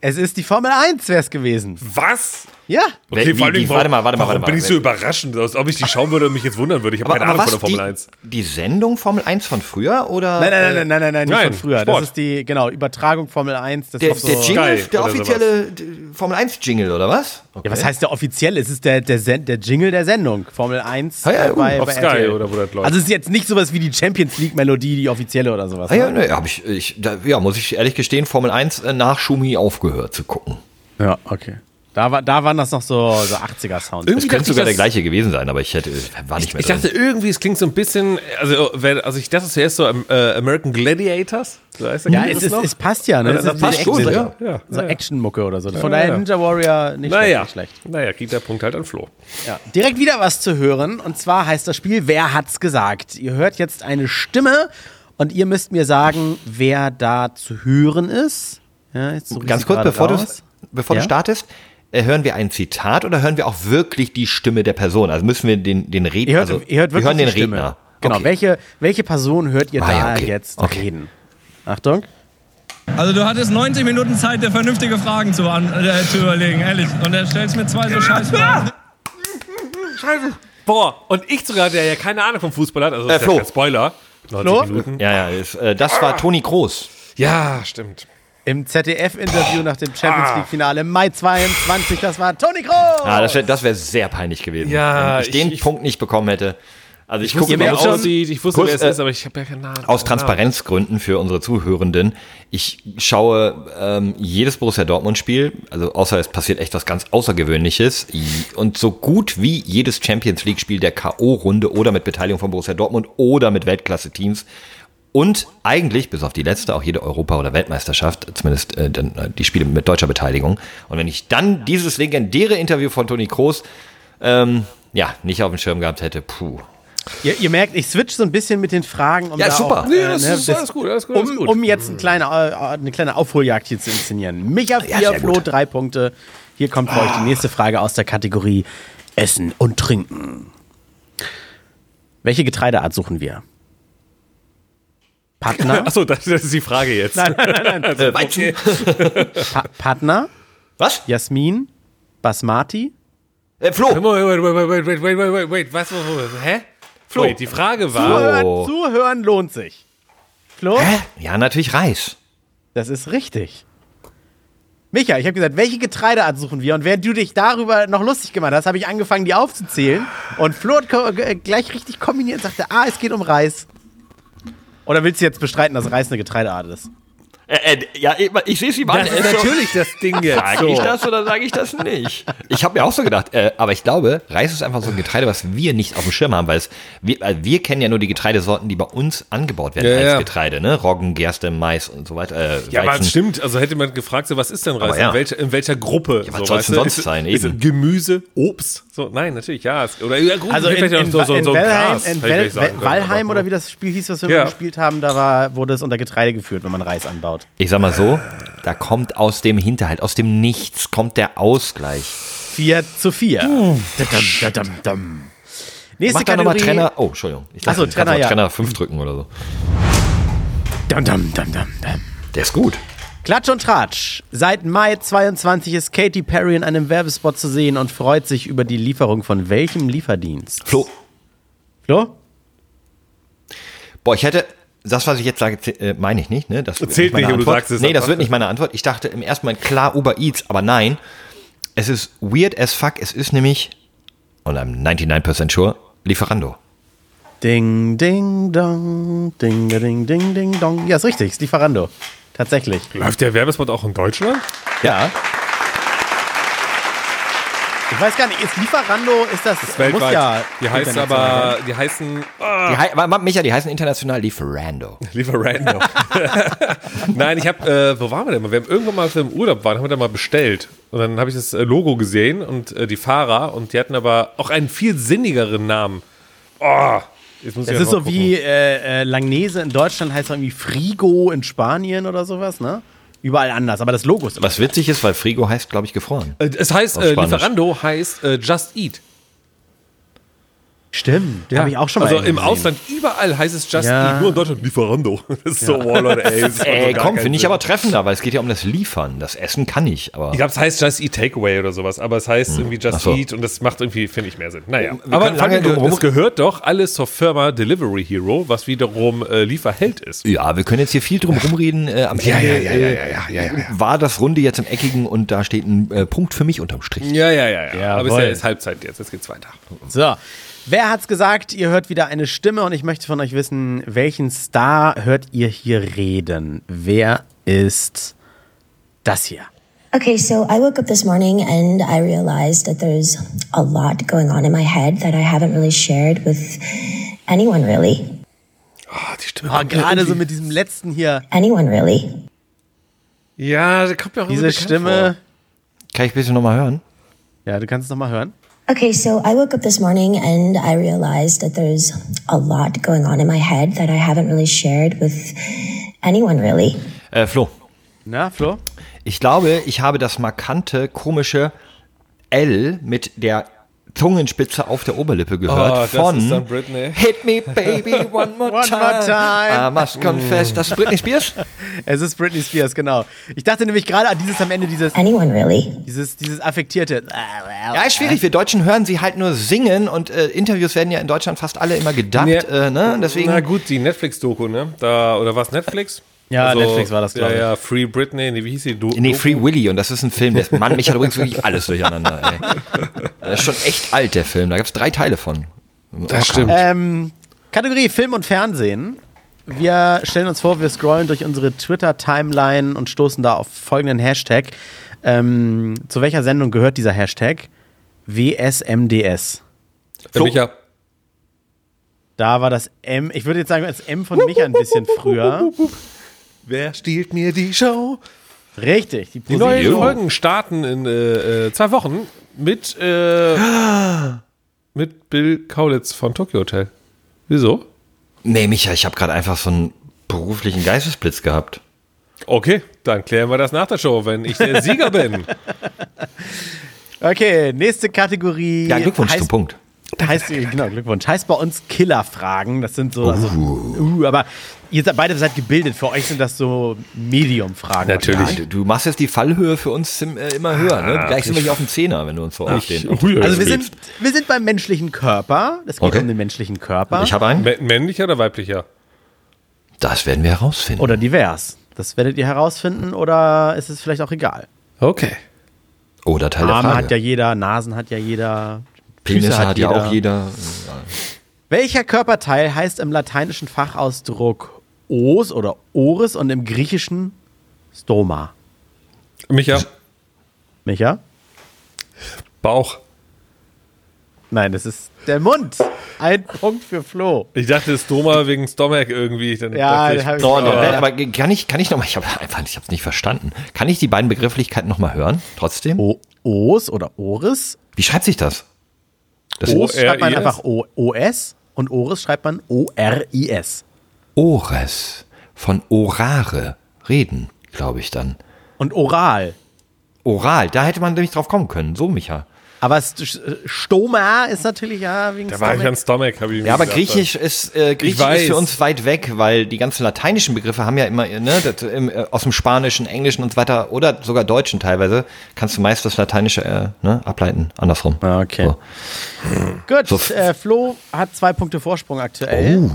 B: Es ist die Formel 1 wäre es gewesen.
C: Was?
B: Ja.
A: Wie-
C: vor allen
A: wie-
C: Dingen,
A: warte mal, warte mal,
C: warum
A: warte mal.
C: bin ich so überraschend, als ob ich die schauen würde und mich jetzt wundern würde. Ich habe
A: Aber,
C: keine
A: aber
C: Ahnung
A: was,
C: von der Formel
A: die, die
C: 1.
A: Sendung Formel 1 von früher oder äh,
B: Nein, nein, nein, nein, nein, nein, nicht
C: Äh, nein,
B: von früher.
C: Sport.
B: Das ist die, genau, Übertragung Formel 1. Das
A: der,
B: ist so,
A: der Jingle,
C: Sky
A: der
C: oder
A: offizielle d- Formel 1 Jingle oder was?
B: ja, was heißt der offiziell? Es ist der, der, Sen der Jingle der Sendung. Formel 1
A: Ah ja,
B: äh,
A: uh,
B: bei,
C: Auf
B: bei
C: Sky
B: RTL.
C: oder wo das läuft.
B: Also es ist jetzt nicht sowas wie die Champions League-Melodie, die offizielle oder sowas.
A: Ah, ja,
B: ne?
A: ne, hab ich, ich da, ja, muss ich ehrlich gestehen, Formel 1 äh, nach Schumi aufgehört zu gucken.
C: ne.
B: ja, okay. Da, war, da waren das noch so, so
A: Das
B: 80er-Sounds.
A: könnte
C: Irgendwie dachte ich,
A: sogar der
C: das-
A: gleiche gewesen sein, aber ich hätte äh, war nicht mehr
C: Ich dachte irgendwie, es klingt so ein bisschen, also, wenn- also ich dachte zuerst so ähm, äh, American Gladiators. So heißt der,
B: Ja,
C: gibt
B: es, ist,
C: noch?
B: es passt ja, ne?
C: Ja,
B: Es
C: das
B: ist
C: passt
B: eine
C: schon,
B: Action-
C: ja. Ja,
B: So
C: ja.
B: Action-Mucke oder so. Von
C: Ja,
B: daher
C: ja.
B: Ninja Warrior nicht
C: Naja,
B: schlecht, nicht
C: naja, kriegt der Punkt halt an Flo.
B: schlecht. Ja. Direkt wieder was zu hören. Und zwar heißt das Spiel Wer hat's gesagt? Ihr hört jetzt eine Stimme und ihr müsst mir sagen, wer da zu hören ist. Ja, jetzt suche ich
A: Ganz
B: sie
A: kurz,
B: gerade
A: bevor, du,
B: raus.
A: bevor
B: Ja?
A: du startest, äh, hören wir ein Zitat oder hören wir auch wirklich die Stimme der Person? Also müssen wir den, den Redner,
B: Ihr hört,
A: also,
B: ihr hört
A: wir
B: wirklich
A: hören den
B: die Stimme.
A: Redner.
B: Genau,
A: Okay.
B: welche, welche Person hört ihr
A: Ah,
B: da
A: ja, okay.
B: jetzt
A: Okay.
B: reden? Achtung.
H: Also du hattest 90 Minuten Zeit, dir vernünftige Fragen zu, beant- äh, zu überlegen, ehrlich. Und dann stellst du mir zwei so scheiß Fragen.
C: Also, Boah, und ich sogar, der ja keine Ahnung vom Fußball hat, also
A: Äh,
C: ist ja
A: Flo.
C: kein Spoiler. 90
B: Flo?
C: Minuten.
A: Ja, ja, ist, äh, das war Toni Groß.
C: Ja, stimmt.
B: Im ZDF-Interview nach dem Champions League-Finale im Mai 22, das war Toni Kroos!
A: Ah, das wäre das wär sehr peinlich gewesen,
C: Oh. Ja,
A: wenn ich den
C: ich- ich-
A: Punkt nicht bekommen hätte. Also ich, gucke
C: Ich,
A: mir
C: wusste,
A: aus,
C: die, ich wusste,
A: kurz,
C: wer es
A: äh,
C: ist, aber ich habe ja keine Ahnung.
A: aus Transparenzgründen für unsere Zuhörenden. Ich schaue ähm, jedes Borussia Dortmund-Spiel, also außer es passiert echt was ganz Außergewöhnliches j- und so gut wie jedes Champions League-Spiel der K.O.-Runde oder mit Beteiligung von Borussia Dortmund oder mit Weltklasse-Teams. Und eigentlich, bis auf die letzte, auch jede Europa- oder Weltmeisterschaft, zumindest äh, dann, äh, die Spiele mit deutscher Beteiligung. Und wenn ich dann dieses legendäre Interview von Toni Kroos ähm, ja, nicht auf dem Schirm gehabt hätte, puh.
B: Ihr, ihr merkt, ich switch so ein bisschen mit den Fragen, um
A: Ja,
B: da
A: super.
B: Auch,
A: Nee,
C: das ist alles gut, alles gut,
B: um,
C: alles gut.
B: um jetzt eine kleine, äh, eine kleine Aufholjagd hier zu inszenieren. Micha 4,
A: sehr
B: Flo
A: gut.
B: 3 Punkte. Hier kommt für euch die nächste Frage aus der Kategorie Essen und Trinken. Welche Getreideart suchen wir? Partner?
C: Achso, das, das ist die Frage jetzt.
B: nein, nein, nein, nein.
A: Äh, Weizen?
B: Pa Partner,
A: Was?
B: Jasmin, Basmati.
A: Äh, Flo!
C: Moment, Moment, Moment, Moment, Moment, Moment, Moment, Moment, was? was, was hä? Flo, Wait, die Frage war.
B: Zuhören, zuhören lohnt sich. Flo?
A: Oh. Hä? Ja, natürlich Reis.
B: Das ist richtig. Micha, ich habe gesagt, welche Getreideart suchen wir? Und während du dich darüber noch lustig gemacht hast, habe ich angefangen, die aufzuzählen. Und Flo hat ko- äh, gleich richtig kombiniert und sagte, ah, es geht um Reis. Oder willst du jetzt bestreiten, dass Reis eine Getreideart ist?
A: Äh, äh, ja, ich, ich sehe es ihm an.
C: Das ist natürlich das Ding jetzt.
A: Sage also- ich das oder sage ich das nicht? Ich habe mir auch so gedacht, äh, aber ich glaube, Reis ist einfach so ein Getreide, was wir nicht auf dem Schirm haben, weil es, wir, äh, wir kennen ja nur die Getreidesorten, die bei uns angebaut werden
C: Ja,
A: als
C: ja.
A: Getreide, ne? Roggen, Gerste, Mais und so weiter. Äh,
C: Ja, aber
A: Weizen.
C: es stimmt. Also hätte man gefragt, so, was ist denn Reis?
A: Aber ja.
C: In, welcher, in welcher Gruppe?
A: was soll's
C: weißt
A: denn
C: du?
A: sonst
C: ist,
A: sein,
C: Ist
A: eben.
C: es Gemüse, Obst? So, nein, natürlich, ja. Es, oder ja, gut,
B: Also in,
C: vielleicht
B: in,
C: auch so, so,
B: in,
C: so ein
B: Wellheim,
C: Gras,
B: in Wel
C: hätte ich vielleicht sagen
B: Wel
C: können,
B: Walheim
C: aber-
B: oder wie das Spiel hieß, was wir
C: Ja.
B: gespielt haben, da war, wurde es unter Getreide geführt, wenn man Reis anbaut.
A: Ich sag mal so, da kommt aus dem Hinterhalt, aus dem Nichts kommt der Ausgleich.
B: 4 zu 4. Dadam, dadam, dam. Nächste
A: Mach da nochmal
B: Kategorie.
A: Trenner. Oh, Entschuldigung. Ich
B: Ach so,
A: kannst du
B: Trenner,
A: auf
B: ja.
A: Trenner 5 drücken oder so.
B: Dam, dam, dam, dam, dam.
A: Der ist gut.
B: Klatsch und Tratsch. Seit Mai 22 ist Katy Perry in einem Werbespot zu sehen und freut sich über die Lieferung von welchem Lieferdienst?
A: Flo,
B: Flo?
A: Boah, ich hätte, das, was ich jetzt sage, zäh- äh, meine ich nicht, ne? Das wird
C: Zählt
A: meine
C: nicht, aber du
A: Antwort.
C: sagst es
A: Nee, das
C: einfach.
A: wird nicht meine Antwort. Ich dachte im ersten Moment, klar, Uber Eats, aber nein. Es ist weird as fuck. Es ist nämlich, und I'm 99% sure, Lieferando.
B: Ding, ding, dong. Ding, ding, ding, ding, dong. Ja, ist richtig. Ist Lieferando. Tatsächlich.
C: Läuft der Werbespot auch in Deutschland?
B: Ja. Ich weiß gar nicht, ist Lieferando, ist das, das
C: Weltweit.
B: ja
C: die heißt
B: international sein.
C: aber, die heißen
A: Die hei- Ma- Ma- Micha, die heißen international Lieferando.
C: Lieferando. Nein, ich habe, äh, wo waren wir denn mal? Wir haben irgendwann mal, als wir im Urlaub waren, haben wir da mal bestellt. Und dann habe ich das äh, Logo gesehen und äh, die Fahrer und die hatten aber auch einen viel sinnigeren Namen. Oh, jetzt muss ich
B: Das
C: ja
B: ist so
C: noch mal
B: wie äh, äh, Langnese in Deutschland heißt doch irgendwie Frigo in Spanien oder sowas, ne? Überall anders, aber das Logo ist immer.
A: Was witzig ist, weil Frigo heißt,
C: Äh,
A: glaube ich, gefroren.
C: gucken. Äh, es heißt,
A: Auf
C: äh,
A: Spanisch.
C: Lieferando heißt äh, Just Eat.
B: Stimmt, ja. habe ich auch schon mal.
C: Also im
B: gesehen.
C: Ausland, überall heißt es Just
B: Ja.
C: Eat, nur in Deutschland Lieferando. Das ist so, oh Leute, ey. das macht
A: Ey,
C: doch gar
A: Äh, komm,
C: keinen
A: finde ich
C: Sinn.
A: aber treffender, weil es geht ja um das Liefern. Das Essen kann ich, aber.
C: Ich glaube, es heißt Just Eat Takeaway oder sowas, aber es heißt irgendwie Just
A: Ach so.
C: Eat und das macht irgendwie, finde ich, mehr Sinn. Naja,
A: Wir
C: aber
A: können lange
C: lange
A: drum-
C: es gehört doch alles zur Firma Delivery Hero, was wiederum äh, Lieferheld ist.
A: Ja, wir können jetzt hier viel drum rumreden. Äh, am
C: Ja,
A: Ende
C: ja, ja, ja,
A: äh,
C: ja, ja, ja, ja.
A: war das Runde jetzt im Eckigen und da steht ein äh, Punkt für mich unterm Strich.
C: Ja, ja, ja. ja. Aber es ist, ja,
B: Jawohl.
C: ist Halbzeit jetzt, jetzt geht's weiter.
B: So. Wer hat's gesagt? Ihr hört wieder eine Stimme und ich möchte von euch wissen, welchen Star hört ihr hier reden? Wer ist das hier?
I: Okay, so I woke up this morning and I realized that there's a lot going on in my head that I haven't really shared with anyone, really.
C: Ah, die Stimme.
B: Oh, gerade so mit diesem letzten hier.
I: Anyone, really.
C: Ja, da kommt mir auch
B: Diese Stimme.
A: Kann ich ein bisschen nochmal hören?
B: Ja, du kannst es nochmal hören.
I: Okay, so I woke up this morning and I realized that there's a lot going on in my head that I haven't really shared with anyone, really.
A: Äh, Flo,
B: Na, Flo?
A: ich glaube, ich habe das markante, komische L mit der Zungenspitze auf der Oberlippe gehört
C: Oh, das
A: von
C: ist dann Britney.
A: Hit me baby one more
B: One
A: time.
B: more time.
A: I must confess, das ist Britney Spears?
B: Es ist Britney Spears, genau. Ich dachte nämlich gerade an dieses am Ende, dieses,
I: Anyone, really.
B: dieses, dieses affektierte.
A: Ja, ist schwierig. Wir Deutschen hören sie halt nur singen und äh, Interviews werden ja in Deutschland fast alle immer gedubbt. Äh, ne? Und Deswegen
C: Na gut, die Netflix-Doku, ne? Da, oder war es Netflix? Also,
B: Ja, Netflix war das, glaub ich.
C: Ja, ja, Free Britney, nee, wie hieß die? Du
A: Nee,
C: Doku?
A: Free Willy und das ist ein Film. Der, Mann, mich hat übrigens wirklich alles durcheinander. Ey. Das ist schon echt alt, der Film. Da gab es drei Teile von.
C: Das stimmt.
B: Ähm, Kategorie Film und Fernsehen. Wir stellen uns vor, wir scrollen durch unsere Twitter-Timeline und stoßen da auf folgenden Hashtag. Ähm, zu welcher Sendung gehört dieser Hashtag? WSMDS.
C: Für mich ja.
B: Da war das M, ich würde jetzt sagen, das M von Micha ein bisschen früher.
C: Wer stiehlt mir die Show?
B: Richtig, die,
C: Die neuen
B: ProSieben.
C: Folgen starten in äh, äh, zwei Wochen mit, äh, mit Bill Kaulitz von Tokyo Hotel. Wieso?
A: Nee, Micha, ich habe gerade einfach so einen beruflichen Geistesblitz gehabt.
C: Okay, dann klären wir das nach der Show, wenn ich der Sieger bin.
B: Okay, nächste Kategorie.
A: Ja, Glückwunsch
B: heißt,
A: zum Punkt.
B: Heißt, genau, Glückwunsch. Heißt bei uns Killerfragen. Das sind so, also, uh, aber ihr seid beide seid gebildet. Für euch sind das so Medium-Fragen.
C: Natürlich.
A: Ja, du, du machst jetzt die Fallhöhe für uns im, äh, immer höher. Ne?
B: Ah,
A: Gleich sind wir hier auf dem Zehner, wenn du uns so aufstehen.
B: Also wir sind, wir sind beim menschlichen Körper. Es geht
A: Okay.
B: um den menschlichen Körper.
A: Ich habe einen.
C: Mä- Männlicher oder weiblicher?
A: Das werden wir herausfinden.
B: oder divers. Das werdet ihr herausfinden oder ist es vielleicht auch egal.
C: Okay.
A: Oder Teil der
B: Arme hat ja
A: Frage.
B: jeder, Nasen hat ja jeder.
A: Penisse
B: Füße
A: hat ja auch jeder.
B: Welcher Körperteil heißt im lateinischen Fachausdruck os oder oris und im griechischen stoma?
C: Micha,
B: Micha?
C: Bauch.
B: Nein, das ist der Mund. Ein Punkt für Flo.
C: Ich dachte, es ist Doma wegen Stomach irgendwie. Dann
B: Ja,
C: dachte
B: das hab ich-
A: Oh,
B: Aber-
A: aber, aber kann ich, kann ich nochmal, ich habe einfach, ich habe es nicht verstanden. Kann ich die beiden Begrifflichkeiten nochmal hören? Trotzdem?
B: O os oder oris?
A: Wie schreibt sich das? Das
C: O-
B: Os schreibt man
C: R-I-S?
B: einfach o os und oris schreibt man o r i s.
A: Ores von orare reden, glaube ich dann.
B: Und oral
A: Oral, da hätte man nämlich drauf kommen können, so Micha.
B: Aber St- St- Stoma ist natürlich ja wegen
C: Da war ich
B: Stomach.
C: an Stomach, habe ich mir
A: Ja, aber
C: gedacht.
A: Griechisch ist äh, Griechisch
C: weiß.
A: ist für uns weit weg, weil die ganzen lateinischen Begriffe haben ja immer ne, das, im, äh, aus dem Spanischen, Englischen und so weiter oder sogar Deutschen teilweise kannst du meist das Lateinische äh, ne, ableiten, andersrum.
B: Ah, okay.
A: So.
B: Gut, äh, Flo hat zwei Punkte Vorsprung aktuell.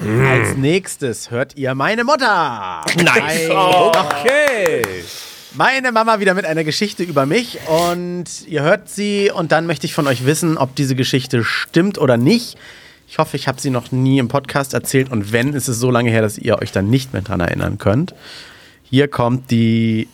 B: Als nächstes hört ihr meine Mutter. Nein.
C: Okay.
B: Meine Mama wieder mit einer Geschichte über mich und ihr hört sie und dann möchte ich von euch wissen, ob diese Geschichte stimmt oder nicht. Ich hoffe, ich habe sie noch nie im Podcast erzählt und wenn, ist es so lange her, dass ihr euch dann nicht mehr dran erinnern könnt. Hier kommt die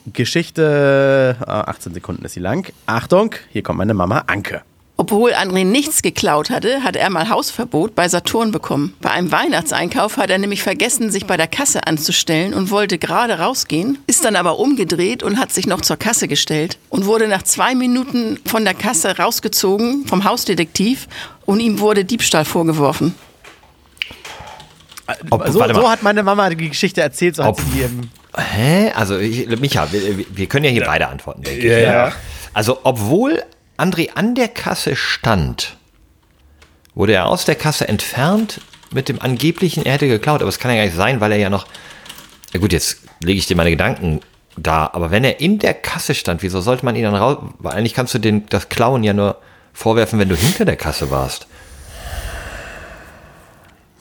B: Geschichte. äh, 18 Sekunden ist sie lang. Achtung, hier kommt meine Mama Anke.
J: Obwohl André nichts geklaut hatte, hat er mal Hausverbot bei Saturn bekommen. Bei einem Weihnachtseinkauf hat er nämlich vergessen, sich bei der Kasse anzustellen und wollte gerade rausgehen, ist dann aber umgedreht und hat sich noch zur Kasse gestellt und wurde nach zwei Minuten von der Kasse rausgezogen vom Hausdetektiv und ihm wurde Diebstahl vorgeworfen.
A: Ob,
B: So,
A: warte mal.
B: so hat meine Mama die Geschichte erzählt, so hat
A: Ob-
B: sie die im
A: Hä? Also, ich, Micha, wir, wir können ja hier beide antworten, denke ich.
C: Ja, ja.
A: Also, obwohl André an der Kasse stand wurde er aus der Kasse entfernt mit dem angeblichen, er hätte geklaut. Aber es kann ja gar nicht sein, weil er ja noch. Ja gut, jetzt lege ich dir meine Gedanken da. Aber wenn er in der Kasse stand, wieso sollte man ihn dann raus. Weil eigentlich kannst du den, das Klauen ja nur vorwerfen, wenn du hinter der Kasse warst.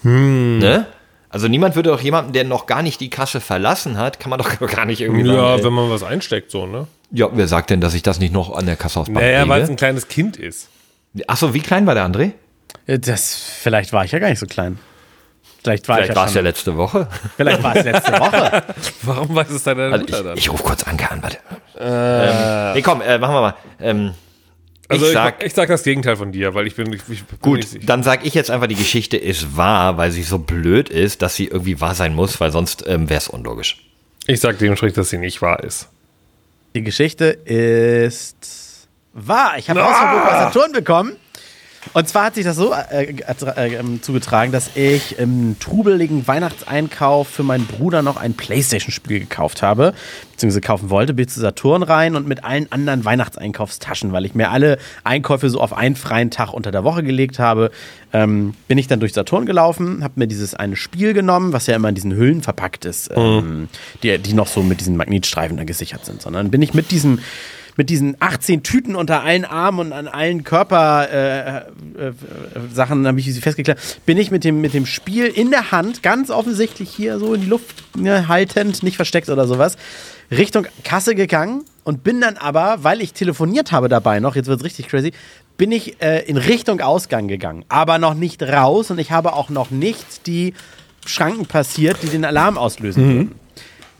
C: Hm.
A: Ne? Also niemand würde doch jemanden, der noch gar nicht die Kasse verlassen hat, kann man doch gar nicht irgendwie
C: Ja,
A: sagen,
C: wenn man was einsteckt, so, ne?
A: ey, ja, wer sagt denn, dass ich das nicht noch an der Kasse aufs Band
C: Naja, weil es
A: lege?
C: ein kleines Kind ist.
A: Achso, wie klein war der André?
B: Das, vielleicht war ich ja gar nicht so klein. Vielleicht war
A: Vielleicht
B: ich
A: war
B: ja
A: es ja
B: schon.
A: letzte Woche.
B: vielleicht war es letzte Woche.
C: Warum weiß es deine
A: Also
C: Mutter
A: ich
C: dann?
A: ich rufe kurz Anke an, warte. Ähm, nee, komm, äh, machen wir mal. Ähm,
C: also
A: ich
C: ich
A: sag,
C: sag, ich sag das Gegenteil von dir, weil ich bin. Ich, ich bin
A: gut,
C: nicht sicher.
A: dann sag ich jetzt einfach, die Geschichte ist wahr, weil sie so blöd ist, dass sie irgendwie wahr sein muss, weil sonst ähm, wäre es unlogisch.
C: Ich sag dementsprechend, dass sie nicht wahr
A: Äh,
C: ist.
B: Die Geschichte ist wahr. Ich habe Hausverbot bei Saturn bekommen. Und zwar hat sich das so äh, äh, ähm, zugetragen, dass ich im trubeligen Weihnachtseinkauf für meinen Bruder noch ein Playstation-Spiel gekauft habe, beziehungsweise kaufen wollte, bin zu Saturn rein und mit allen anderen Weihnachtseinkaufstaschen, weil ich mir alle Einkäufe so auf einen freien Tag unter der Woche gelegt habe, ähm, bin ich dann durch Saturn gelaufen, habe mir dieses eine Spiel genommen, was ja immer in diesen Hüllen verpackt ist, ähm, die, die noch so mit diesen Magnetstreifen dann gesichert sind, sondern bin ich mit diesem mit diesen 18 Tüten unter allen Armen und an allen Körper äh, Sachen, habe ich sie festgeklärt, bin ich mit dem, mit dem Spiel in der Hand, ganz offensichtlich hier so in die Luft ne, haltend, nicht versteckt oder sowas, Richtung Kasse gegangen und bin dann aber, weil ich telefoniert habe dabei noch, jetzt wird's richtig crazy, bin ich äh, in Richtung Ausgang gegangen, aber noch nicht raus und ich habe auch noch nicht die Schranken passiert, die den Alarm auslösen würden.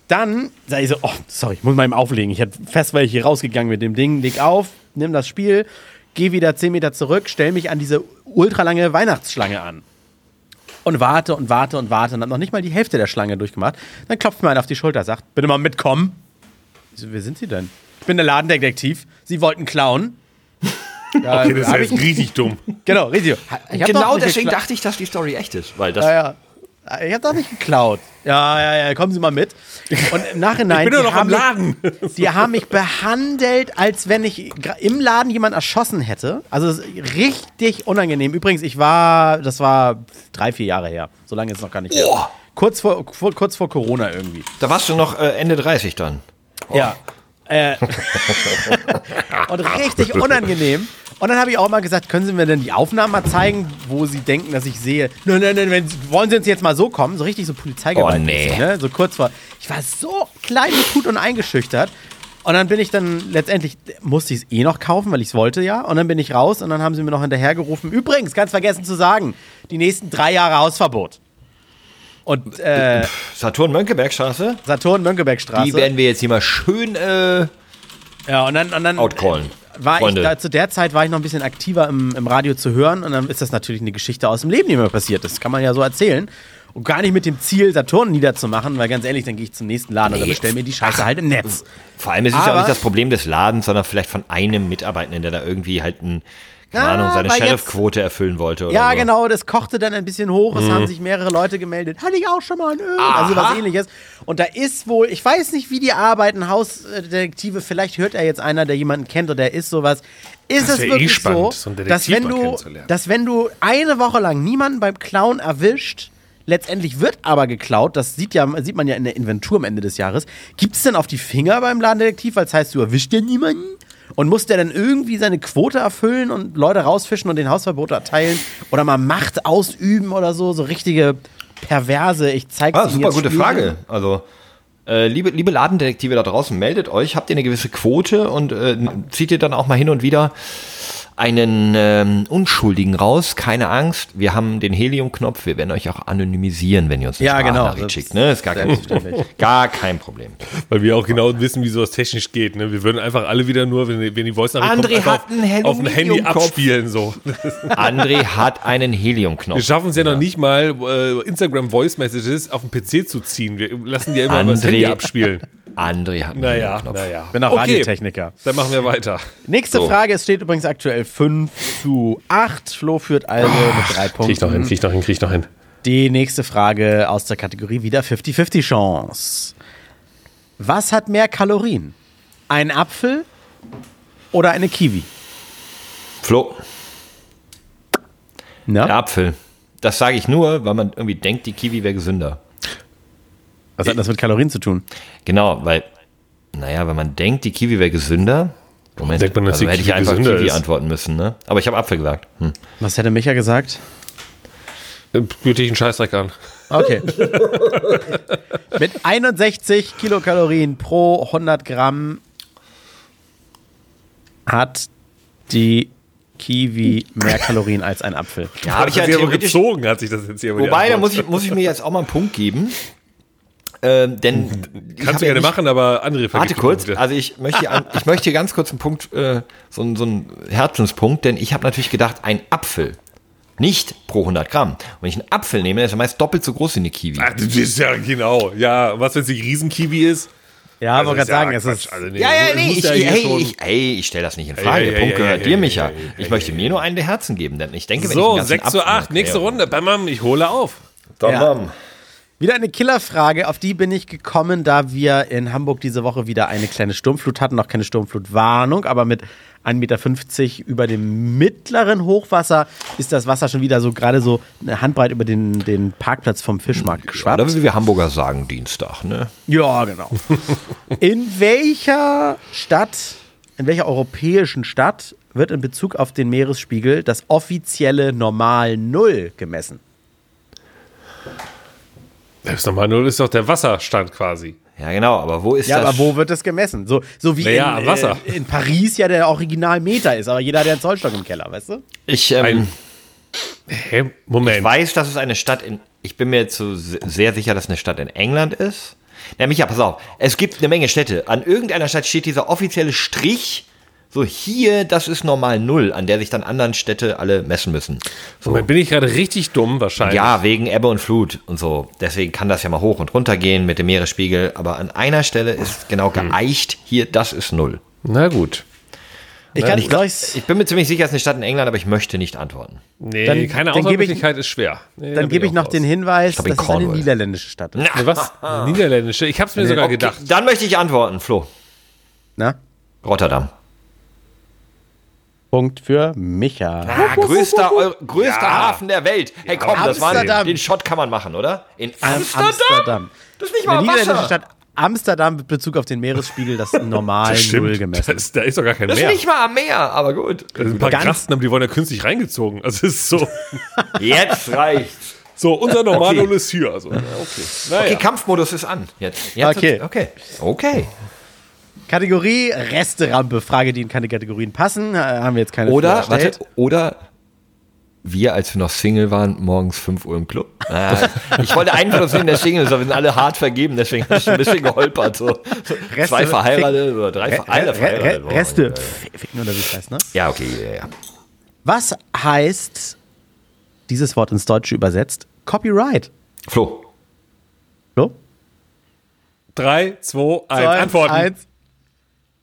B: Dann sag ich so, oh, sorry, ich muss mal eben auflegen. Ich hatte fest, weil ich hier rausgegangen mit dem Ding. Leg auf, nimm das Spiel, geh wieder 10 Meter zurück, stell mich an diese ultralange Weihnachtsschlange an. Und warte und warte und warte und hab noch nicht mal die Hälfte der Schlange durchgemacht. Dann klopft mir einer auf die Schulter, sagt, bitte mal mitkommen. Ich so, wer sind Sie denn? Ich bin der Ladendetektiv. Sie wollten klauen. Ja,
C: Okay, das ist
B: hab
C: ja jetzt
B: ich-
C: richtig dumm.
B: Genau, richtig. Ich hab doch
A: genau
B: nicht
A: deswegen
B: gekla-
A: dachte ich, dass die Story echt ist, weil das.
B: Ja, ja. Ich hab doch nicht geklaut. Ja, ja, ja, kommen Sie mal mit. Und im Nachhinein.
C: Ich bin doch
B: die
C: noch am
B: haben
C: Laden.
B: Mich, die haben mich behandelt, als wenn ich gra- im Laden jemanden erschossen hätte. Also es ist richtig unangenehm. Übrigens, ich war, das war drei, vier Jahre her. So lange ist es noch gar nicht her.
A: Oh.
B: Kurz vor, vor, kurz vor Corona irgendwie.
A: Da warst du noch äh, Ende 30 dann. Oh.
B: Ja. Äh, und richtig unangenehm. Und dann habe ich auch mal gesagt, können Sie mir denn die Aufnahmen mal zeigen, wo Sie denken, dass ich sehe, nein, nein, nein, wenn, Sie- wollen Sie uns jetzt mal so kommen? So richtig so Polizeigewalt.
A: Oh, nee.
B: mäßig, ne? So kurz vor. Ich war so klein und gut und eingeschüchtert. Und dann bin ich dann letztendlich, musste ich es eh noch kaufen, weil ich es wollte ja. Und dann bin ich raus und dann haben sie mir noch hinterhergerufen, übrigens, ganz vergessen zu sagen, die nächsten drei Jahre Hausverbot. Und äh,
A: Saturn-Mönckebergstraße,
B: Saturn-Mönckebergstraße.
A: die werden wir jetzt hier mal schön äh,
B: Ja, und dann, und dann
A: outcallen.
B: war
A: Freunde.
B: ich da, zu der Zeit war ich noch ein bisschen aktiver im, im Radio zu hören und dann ist das natürlich eine Geschichte aus dem Leben, die mir passiert ist. Kann man ja so erzählen. Und gar nicht mit dem Ziel, Saturn niederzumachen, weil ganz ehrlich, dann gehe ich zum nächsten Laden oder
A: Nee.
B: bestelle mir die Scheiße halt im Netz.
A: Vor allem ist es ja auch
B: Aber-
A: nicht das Problem des Ladens, sondern vielleicht von einem Mitarbeitenden, der da irgendwie halt ein, keine
B: Ah,
A: Ahnung, seine
B: weil jetzt-
A: Sheriff-Quote erfüllen wollte. Oder
B: Ja,
A: so.
B: genau, das kochte dann ein bisschen hoch. Es
C: Mhm.
B: haben sich mehrere Leute gemeldet. Hatte ich auch schon mal ein Öl. Also was ähnliches. Und da ist wohl, ich weiß nicht, wie die arbeiten, Hausdetektive. Vielleicht hört er jetzt einer, der jemanden kennt oder der ist sowas. Ist
C: Das
B: es
C: wär eh
B: wirklich so,
C: spannend, so einen
B: dass,
C: Detektiv
B: wenn
C: mal
B: du,
C: kennenzulernen.
B: dass wenn du eine Woche lang niemanden beim Klauen erwischt, letztendlich wird aber geklaut, das sieht, ja, sieht man ja in der Inventur am Ende des Jahres, gibt es denn auf die Finger beim Ladendetektiv, weil es heißt, du erwischt ja niemanden? Und muss der dann irgendwie seine Quote erfüllen und Leute rausfischen und den Hausverbot erteilen oder mal Macht ausüben oder so, so richtige perverse, ich zeig's
A: Ah,
B: Ihnen
A: super
B: jetzt
A: gute
B: Spiele.
A: Frage. Also, äh, liebe, liebe Ladendetektive da draußen, meldet euch, habt ihr eine gewisse Quote und äh, zieht ihr dann auch mal hin und wieder einen ähm, Unschuldigen raus. Keine Angst, wir haben den Helium-Knopf, wir werden euch auch anonymisieren, wenn ihr uns eine
B: Ja, genau.
A: Sprachnachricht
B: Das
A: schickt. Ne? Ist gar kein,
B: selbstverständlich.
A: gar kein Problem.
C: Weil wir auch genau wissen, wie sowas technisch geht. Ne? Wir würden einfach alle wieder nur, wenn, wenn die Voice-Nachricht kommt,
A: André
C: einfach
A: hat
C: auf,
A: einen Helium-
C: auf dem Handy
A: Medium-Kopf.
C: abspielen. So.
A: André hat einen
C: Wir
A: Helium-Knopf.
C: schaffen es ja, noch nicht mal, äh, Instagram-Voice-Messages auf den PC zu ziehen. Wir lassen die ja immer über das
A: André.
C: Handy abspielen.
A: André hat einen
C: Naja,
A: Helium-Knopf.
C: naja.
B: Bin auch Radiotechniker.
C: Dann machen wir weiter.
B: Nächste Frage, es steht übrigens aktuell 5 zu 8. Flo führt also
A: Ah,
B: mit drei Punkten.
C: Krieg ich noch hin, krieg ich noch hin, krieg ich noch hin.
B: Die nächste Frage aus der Kategorie wieder 50-50 Chance. Was hat mehr Kalorien? Ein Apfel oder eine Kiwi?
A: Flo. Der Apfel. Das sage ich nur, weil man irgendwie denkt, die Kiwi wäre gesünder.
B: Was hat das mit Kalorien zu tun?
A: Genau, weil, naja, wenn man denkt, die Kiwi wäre gesünder, Moment,
C: Denkt man, dass
A: also
C: die
A: hätte ich
C: Kiwi
A: einfach
C: gesünder
A: Kiwi
C: ist?
A: antworten müssen, ne? Aber ich habe Apfel gesagt. Hm.
B: Was hätte Micha gesagt?
C: Güte ich einen Scheißdreck an.
B: Okay. Mit 61 Kilokalorien pro 100 Gramm hat die Kiwi mehr Kalorien als ein Apfel.
A: Ja, habe ich ja
C: Das ist aber
A: theoretisch-
C: gezogen, hat sich das jetzt hier aber die
A: Wobei, da muss
C: Antwort.
A: ich, muss ich mir jetzt auch mal einen Punkt geben. Ähm, denn ich hab
C: Mhm. Kannst du
A: ja
C: gerne
A: nicht-
C: machen, aber andere
A: Warte kurz, also ich möchte, ein, ich möchte hier ganz kurz einen Punkt, äh, so, einen- so einen Herzenspunkt, denn ich habe natürlich gedacht, ein Apfel, nicht pro 100 Gramm. Und wenn ich einen Apfel nehme, dann ist er meist doppelt so groß wie eine Kiwi.
C: Ach, das ist ja genau. Ja, was, wenn es die Riesenkiwi ist?
B: Ja,
C: Also
B: wollte
C: ist
B: gerade sagen, es
C: Quatsch,
B: ist-
C: also nee,
A: Ja, ja,
C: das
A: nee,
C: muss
A: ich,
C: ja hier
A: hey,
C: schon-
A: ich, hey, ich stelle das nicht in Frage.
C: Ey,
A: Der
C: ey,
A: Punkt
C: ey,
A: gehört
C: ey,
A: dir,
C: ey,
A: Micha.
C: ey, ey,
A: ich möchte mir nur einen der Herzen geben, denn ich denke, wenn ich
C: So,
A: einen ganzen
C: 6 zu
A: Apfel
C: 8, nächste
A: wäre-
C: Runde. Bam, bam, ich hole auf.
B: Ja. Wieder eine Killerfrage, auf die bin ich gekommen, da wir in Hamburg diese Woche wieder eine kleine Sturmflut hatten. Noch keine Sturmflutwarnung, aber mit 1,50 Meter über dem mittleren Hochwasser ist das Wasser schon wieder so gerade so eine Handbreit über den, den Parkplatz vom Fischmarkt geschwappt.
A: Oder wie wir Hamburger sagen, Dienstag, ne?
B: Ja, genau. in welcher Stadt, in welcher europäischen Stadt wird in Bezug auf den Meeresspiegel das offizielle Normal Null gemessen?
C: Das nochmal null ist doch der Wasserstand quasi.
A: Ja, genau, aber wo ist
B: ja,
A: das?
B: aber wo wird das gemessen? So, so wie
C: Naja,
B: in,
C: am Wasser.
B: äh, in Paris ja der Originalmeter ist, aber jeder hat ja einen Zollstock im Keller, weißt du?
A: Ich, ähm,
C: Hä? Moment.
A: Ich weiß, dass es eine Stadt in. Ich bin mir jetzt so se- sehr sicher, dass eine Stadt in England ist. Na, Micha, pass auf. Es gibt eine Menge Städte. An irgendeiner Stadt steht dieser offizielle Strich. So hier, das ist normal null, an der sich dann anderen Städte alle messen müssen. So.
C: Moment, bin ich gerade richtig dumm wahrscheinlich?
A: Ja, wegen Ebbe und Flut und so. Deswegen kann das ja mal hoch und runter gehen mit dem Meeresspiegel. Aber an einer Stelle ist genau
C: Hm.
A: geeicht, hier, das ist null.
C: Na gut.
B: Ich
A: Ja,
B: kann
A: ich,
B: nicht
A: glaub,
B: gleich.
A: ich bin mir ziemlich sicher, es ist eine Stadt in England, aber ich möchte nicht antworten.
C: Nee,
B: Dann-
C: keine
B: dann gebe ich-
C: Auswahlmöglichkeit ist schwer. Nee, da
B: Dann
C: bin
B: gebe ich
C: auch
B: noch
C: raus.
B: den Hinweis,
A: glaub, in
B: dass es eine
A: Cornwall.
B: niederländische Stadt ist.
C: Nee, Was? Niederländische? Ich hab's mir sogar gedacht.
A: Dann möchte ich antworten, Flo.
B: Na?
A: Rotterdam.
B: Punkt für Micha.
A: Ah, größter Eu- größter
C: Ja.
A: Hafen der Welt. Hey, komm, das war
B: Amsterdam.
A: den Shot kann man machen, oder? In Amsterdam. Das ist nicht
B: In der
A: mal
B: niederländischen
A: Wasser.
B: Stadt Amsterdam mit Bezug auf den Meeresspiegel das Normal Null
C: Da
B: gemessen.
C: ist, da ist doch gar kein
A: Das ist
C: Meer.
A: nicht mal am Meer, aber gut.
C: Also ein paar
B: Ganz-
C: Krasten haben, die wurden ja künstlich reingezogen. Also es ist so.
A: Jetzt reicht's.
C: So, unser Normalo ist hier. Also, ja, okay. Naja.
A: Okay, Kampfmodus ist an. Jetzt. Jetzt
B: Okay.
A: ist- Okay. Okay.
B: Kategorie Resterampe. Frage, die in keine Kategorien passen. Äh, Haben wir jetzt keine
A: Oder,
B: vorgestellt.
A: warte, oder wir, als wir noch Single waren, morgens 5 Uhr im Club. Ah, ich wollte einen von uns nehmen, der Single ist, aber wir sind alle hart vergeben, deswegen habe ich ein bisschen geholpert. So. Zwei verheiratete oder drei ver alle
B: Re
A: verheiratet.
B: Re Reste. Ficken oder wie es heißt, ne?
A: Ja, okay, ja, ja.
B: Was heißt dieses Wort ins Deutsche übersetzt? Copyright.
A: Flo.
B: So?
C: Drei, zwei, eins.
B: Zwei,
C: Antworten.
B: Eins.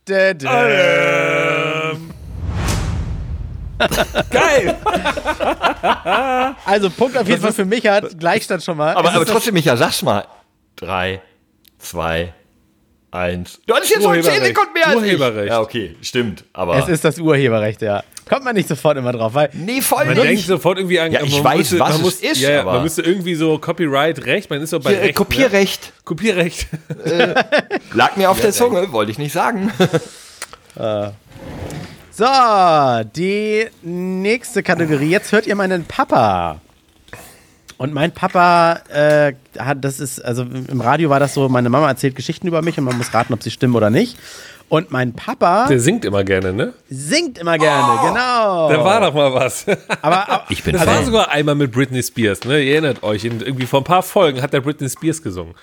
B: Dä, dä.
C: Geil!
B: Also Punkt auf jeden Fall für mich hat Gleichstand schon mal.
A: Aber,
B: Es
A: aber
B: ist das-
A: trotzdem, Micha, sag's mal. Drei, zwei, eins. Du hattest jetzt nur 10
C: Urheberrecht.
A: Sekunden mehr als ich.
C: Urheberrecht.
A: Ja, okay, stimmt. Aber
B: es ist das Urheberrecht, ja. Kommt man nicht sofort immer drauf, weil
A: nee, voll
C: Man denkt
A: nicht.
C: sofort irgendwie an.
A: Ja, ich
C: man
A: weiß,
C: müsste-
A: was
C: man
A: es
C: muss,
A: ist,
C: Ja, ja,
A: aber-
C: man müsste irgendwie so Copyright-Recht, man ist so bei
A: Äh,
C: Recht, Ne?
A: Kopierrecht
C: Kopierrecht.
A: lag mir auf der Zunge, wollte ich nicht sagen.
B: So, die nächste Kategorie. Jetzt hört ihr meinen Papa. Und mein Papa äh, hat, das ist, also im Radio war das so, meine Mama erzählt Geschichten über mich und man muss raten, ob sie stimmen oder nicht. Und mein Papa
C: Der singt immer gerne, ne?
B: singt immer gerne, genau.
C: Da war doch mal was.
B: Aber, aber
A: Ich Oh. bin
C: Das war sogar einmal mit Britney Spears, ne? Ihr erinnert euch, in, irgendwie vor ein paar Folgen hat der Britney Spears gesungen.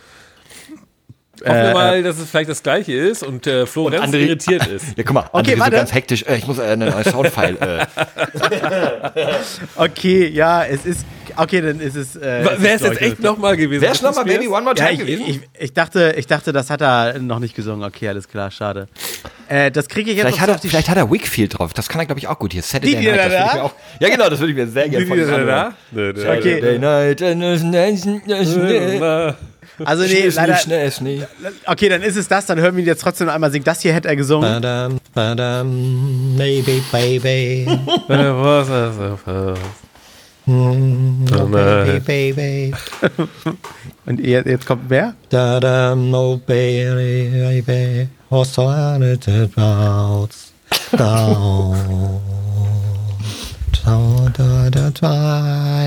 C: Hoffen wir mal, dass es vielleicht das gleiche ist und äh, Flo ganz
A: Äh, André-
C: irritiert ist.
A: Ja, guck mal, André so
B: warte.
A: ganz hektisch. Äh, ich muss äh, eine neue Soundfile. Äh.
B: okay, ja, es ist, okay, dann ist es. Äh, es
C: Wer ist
B: glaub
C: jetzt
B: ich,
C: echt nochmal gewesen?
A: Wer ist nochmal
C: Britney
A: Baby One More
B: Ja,
A: Time
B: ich,
A: gewesen?
B: ich, ich, dachte, ich dachte, das hat er noch nicht gesungen. Okay, alles klar, schade. Äh, das kriege ich jetzt
A: vielleicht, hat
B: noch so
A: er,
B: auf die
A: vielleicht hat er Wickfield drauf. Das kann er, glaube ich, auch gut hier. Saturday
B: Die, die
A: Night.
B: da
A: Das würde ich
B: da?
A: mir auch, ja, genau, das würde ich mir sehr gerne von ihm anhören.
C: Spears?
B: Okay.
A: Saturday Night. äh, äh, äh, äh,
B: Also nee,
A: Schnee ist
B: leider.
A: nicht, Schnee ist nicht.
B: Okay, dann ist es das, dann hören wir ihn jetzt trotzdem noch einmal singen. Das hier hätte er gesungen.
D: Badam, badam, baby, baby.
C: Was ist das?
A: Hm,
C: Dann, äh,
A: baby.
B: Und jetzt, jetzt kommt wer?
A: Da, da, no, baby, baby. Horst Hornet about down. Da, da, da, da.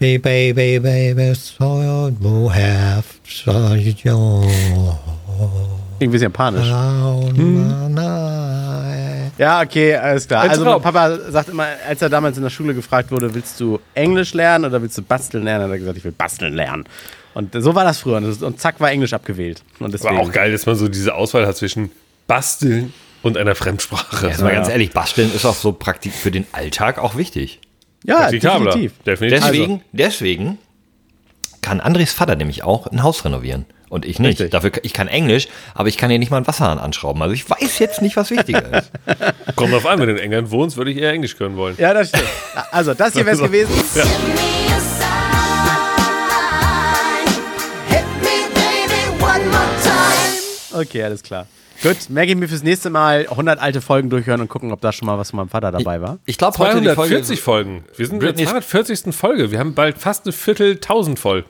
A: Baby, baby, baby, so you have, so you
B: Irgendwie ist ja panisch.
C: Hm.
B: Ja, okay, alles klar.
A: Ein
B: Also mein
A: Traum.
B: Papa sagt immer, als er damals in der Schule gefragt wurde, willst du Englisch lernen oder willst du basteln lernen, hat er gesagt, ich will basteln lernen. Und so war das früher. Und, das- und zack war Englisch abgewählt. Und deswegen.
C: Aber auch geil, dass man so diese Auswahl hat zwischen Basteln und einer Fremdsprache.
A: Jetzt mal ganz ehrlich,
C: Basteln ist auch so praktisch
A: Für den Alltag auch wichtig.
B: Ja, Praktikabler. definitiv. Definitiv.
A: Deswegen,
C: also-
A: deswegen kann Andres Vater nämlich auch ein Haus renovieren. Und ich nicht.
B: Richtig.
A: Dafür, ich kann Englisch, aber ich kann hier nicht mal einen Wasserhahn anschrauben. Also ich weiß jetzt nicht, was wichtiger ist.
C: Also, Kommt drauf an, wenn du in England wohnst, würde ich eher Englisch können wollen.
B: Ja, das stimmt. Also, das hier wäre es
C: Also,
B: gewesen.
C: ja.
B: Okay, alles klar. Gut, merke ich mir fürs nächste Mal 100 alte Folgen durchhören und gucken, ob da schon mal was von meinem Vater dabei war.
A: Ich glaube, heute die Folge.
C: 240 Folgen. Wir sind in der
A: Britney's-
C: 240. Folge. Wir haben bald fast eine Vierteltausend voll.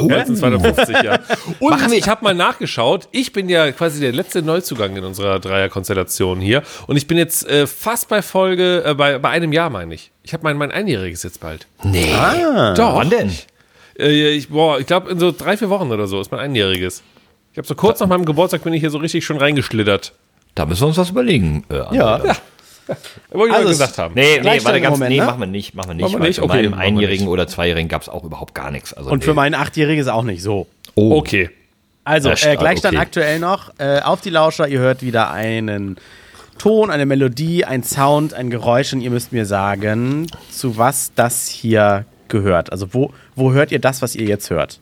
A: Oh.
C: Ja, es sind 250, ja.
A: Machen
C: Und
A: wir-
C: ich habe mal nachgeschaut. Ich bin ja quasi der letzte Neuzugang in unserer Dreierkonstellation hier. Und ich bin jetzt äh, fast bei Folge, äh, bei, bei einem Jahr, meine ich. Ich habe mein, mein Einjähriges jetzt bald.
A: Nee.
C: Doch.
A: Wann denn?
C: Äh, ich boah, ich glaube, in so drei, vier Wochen oder so ist mein Einjähriges. Ich habe so kurz
A: Äh.
C: nach meinem Geburtstag bin ich hier so richtig schon reingeschlittert.
A: Da müssen wir uns was überlegen. Äh, André,
C: Ja.
A: dann.
C: Wollte ich
B: Also
C: mal
B: es-
C: gesagt haben.
A: Nee, nee, warte,
B: Gleichstellung im
A: ganz,
B: Moment,
A: nee
B: ne?
A: machen wir nicht. Machen wir nicht.
C: Machen wir
A: weil
C: nicht?
A: Für
C: Okay,
A: meinen
C: machen wir nicht.
A: Einjährigen oder Zweijährigen gab es auch überhaupt gar nichts. Also
B: Und
A: nee.
B: für meinen Achtjähriges auch nicht so.
A: Oh.
C: Okay.
B: Also,
A: Das-
B: äh, Gleichstand
A: okay.
B: aktuell noch. Äh, auf die Lauscher, ihr hört wieder einen Ton, eine Melodie, ein Sound, ein Geräusch und ihr müsst mir sagen, zu was das hier gehört. Also, wo, wo hört ihr das, was ihr jetzt hört?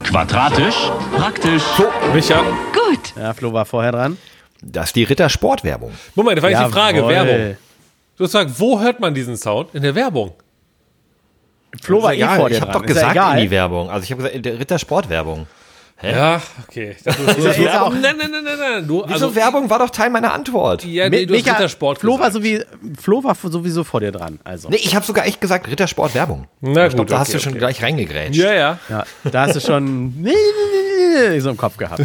K: Quadratisch, praktisch.
C: Micha.
K: Gut.
B: Ja, Flo war vorher dran.
A: Das ist die Ritter-Sportwerbung.
C: Moment, da war jetzt die Frage,
B: Jawohl.
C: Werbung. Du hast gesagt, wo hört man diesen Sound? In der Werbung.
B: Flo war eh
A: Ja,
B: vor dir
A: ich habe
B: dran.
A: doch
B: Ist ja
A: gesagt
B: egal.
A: in die Werbung. Also ich habe gesagt, in der Ritter-Sportwerbung. Also Hä?
C: Ja, okay. Ich dachte,
B: Ist ja jetzt auch-
A: ne?
C: Nein, nein, nein, nein, nein. Du,
A: Wieso
C: also,
A: Werbung war doch Teil meiner Antwort.
C: ja, nee,
B: Mi-
C: du hast
B: Micha,
C: Rittersport
B: Flo war,
C: gesagt.
B: sowie, Flo war sowieso vor dir dran. Also.
A: Nee, ich habe sogar echt gesagt Rittersport-Werbung.
C: Na
A: Ich glaube,
C: gut,
A: da hast
C: okay,
A: du schon
C: okay.
A: gleich reingegrätscht.
C: Ja, ja.
B: Ja, da hast du schon so im Kopf gehabt.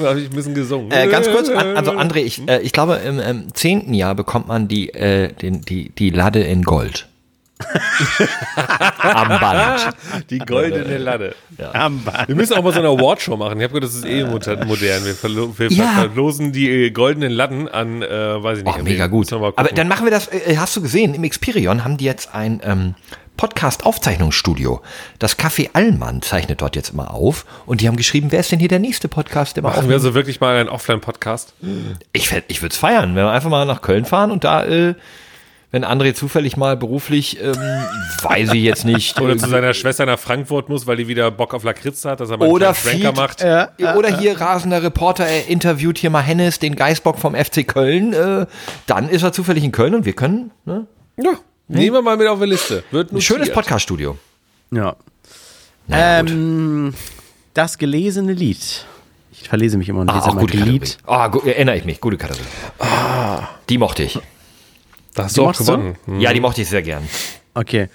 C: Da habe ich ein bisschen gesungen.
A: Äh, ganz kurz, an- also André,
C: Mhm.
A: ich, äh, ich glaube, im ähm, zehnten Jahr bekommt man die, äh, den, die, die Lade in Gold. Am Band.
C: Die goldene Lade.
B: Am Band.
C: Wir müssen auch mal so eine Awardshow machen. Ich habe gehört, das ist eh moder- modern. Wir, verlo wir
A: Äh. Ja.
C: verlosen die äh, goldenen Latten an, äh, weiß ich nicht.
A: Oh, mega gut. Aber dann machen wir das, äh, hast du gesehen, im Experion haben die jetzt ein ähm, Podcast-Aufzeichnungsstudio. Das Café Allmann zeichnet dort jetzt immer auf und die haben geschrieben, wer ist denn hier der nächste Podcast, der mal
C: Machen wir
A: aufnimmt?
C: so wirklich mal einen Offline-Podcast.
A: Ich, fänd- ich würde es feiern, wenn wir einfach mal nach Köln fahren und da, äh, wenn André zufällig mal beruflich, ähm, weiß ich jetzt nicht, äh,
C: Oder zu seiner Schwester nach Frankfurt muss, weil die wieder Bock auf Lakritz hat, dass er mal einen
A: Oder
C: kleinen Schwenker
A: Feed,
C: macht.
A: Ja, oder hier rasender Reporter er interviewt hier mal Hennes, den Geißbock vom FC Köln. Äh, dann ist er zufällig in Köln und wir können ne?
C: Ja. Nehmen wir mal mit auf die Liste. Wird
A: ein schönes
C: notiert.
A: Podcast-Studio.
B: Ja.
A: Na ja, gut.
B: ähm, das gelesene Lied. Ich verlese mich immer und
A: Ah,
B: lese
A: auch
B: immer
A: gute Kategorie.
B: Lied.
A: Ah, gu erinnere ich mich, gute Kategorie.
B: Ah.
A: Die mochte ich.
C: Da hast du auch
B: machst du?
C: gewonnen.
A: Ja, die mochte ich sehr gern.
B: Okay.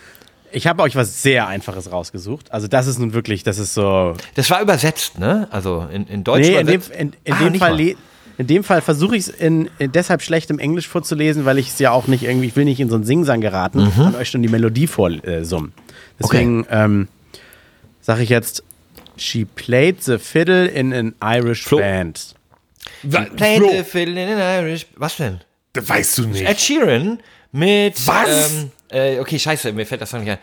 B: Ich habe euch was sehr Einfaches rausgesucht. Also das ist nun wirklich, das ist so.
A: Das war übersetzt, ne? Also in, in Deutsch
B: Nee, in dem,
A: übersetzt.
B: in, in
A: Ah,
B: dem
A: nicht
B: Fall,
A: mal.
B: le- in dem Fall versuche ich es in, in deshalb schlechtem Englisch vorzulesen, weil ich es ja auch nicht irgendwie, ich will nicht in so einen Singsang geraten
A: Mhm.
B: und euch schon die Melodie vorsummen. Deswegen ähm, sage ich jetzt, she played the fiddle in an Irish
A: Flo.
B: band.
C: Wa-
A: Play
C: Flo,
A: the fiddle in Irish. Was denn?
C: das weißt du nicht.
A: Ed Sheeran mit.
C: Was?
A: Ähm, äh, okay, scheiße, mir fällt das Song nicht ein.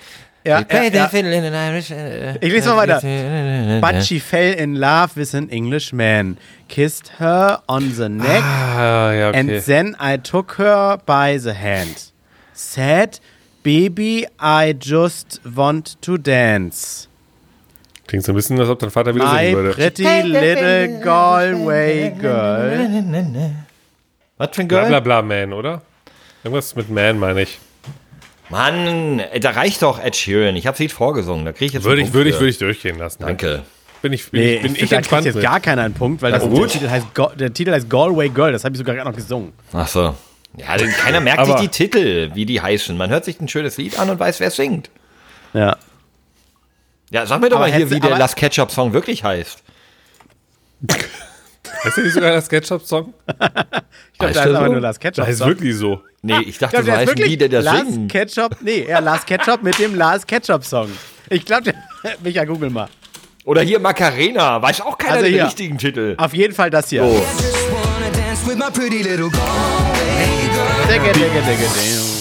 B: Ja,
A: We play
B: ja,
A: the
B: ja.
A: fiddle in an Irish. äh,
B: Ich lese mal weiter.
A: äh,
B: But she fell in love with an Englishman, kissed her on the neck
C: Ah, ja,
B: And
C: okay.
B: then I took her by the hand. Said, Baby, I just want to dance.
C: Klingt so ein bisschen, als ob dein Vater wieder
B: My
C: singen würde.
B: pretty little Galway girl. ne.
A: Was für ein Girl?
C: Blablabla Man, oder? Irgendwas mit Man, meine ich.
A: Mann, äh, da reicht doch Ed Sheeran. Ich habe Lied vorgesungen. Da kriege ich jetzt.
C: Würde
A: einen
C: ich,
A: Punkt
C: würde ich,
A: für.
C: würde ich durchgehen lassen. ne?
A: Danke.
C: Bin ich, bin
B: Nee,
C: ich, bin
B: da
C: ich
B: kriegt
C: entspannt.
B: jetzt
C: mit.
B: gar keiner einen Punkt, weil das
A: gut.
B: der, Titel heißt, Go- der Titel heißt Galway Girl. Das habe ich sogar gerade noch gesungen.
A: Ach so. Ja, denn keiner merkt sich die Titel, wie die heißen. Man hört sich ein schönes Lied an und weiß, wer es singt.
B: Ja.
A: Ja, sag mir doch
B: Aber
A: mal hier,
B: hätte-
A: wie der
B: aber-
A: Last Ketchup Song wirklich heißt.
C: Weißt du nicht sogar das Ketchup-Song? ich
B: glaub, da ist aber nur Last Ketchup
C: Das ist
B: Song.
C: wirklich so.
A: Nee, ich dachte,
B: Ich
A: du
B: glaub, der
A: weißt,
B: ist wirklich
A: wie der das
B: Lars
A: singt.
B: Ketchup, nee, ja, Lars Ketchup mit dem Lars Ketchup Song. Ich glaube, Micha, google mal.
A: Oder hier Macarena, weiß auch keiner den richtigen Titel.
B: Auf jeden Fall das hier.
A: So.
B: Digga, digga, digga,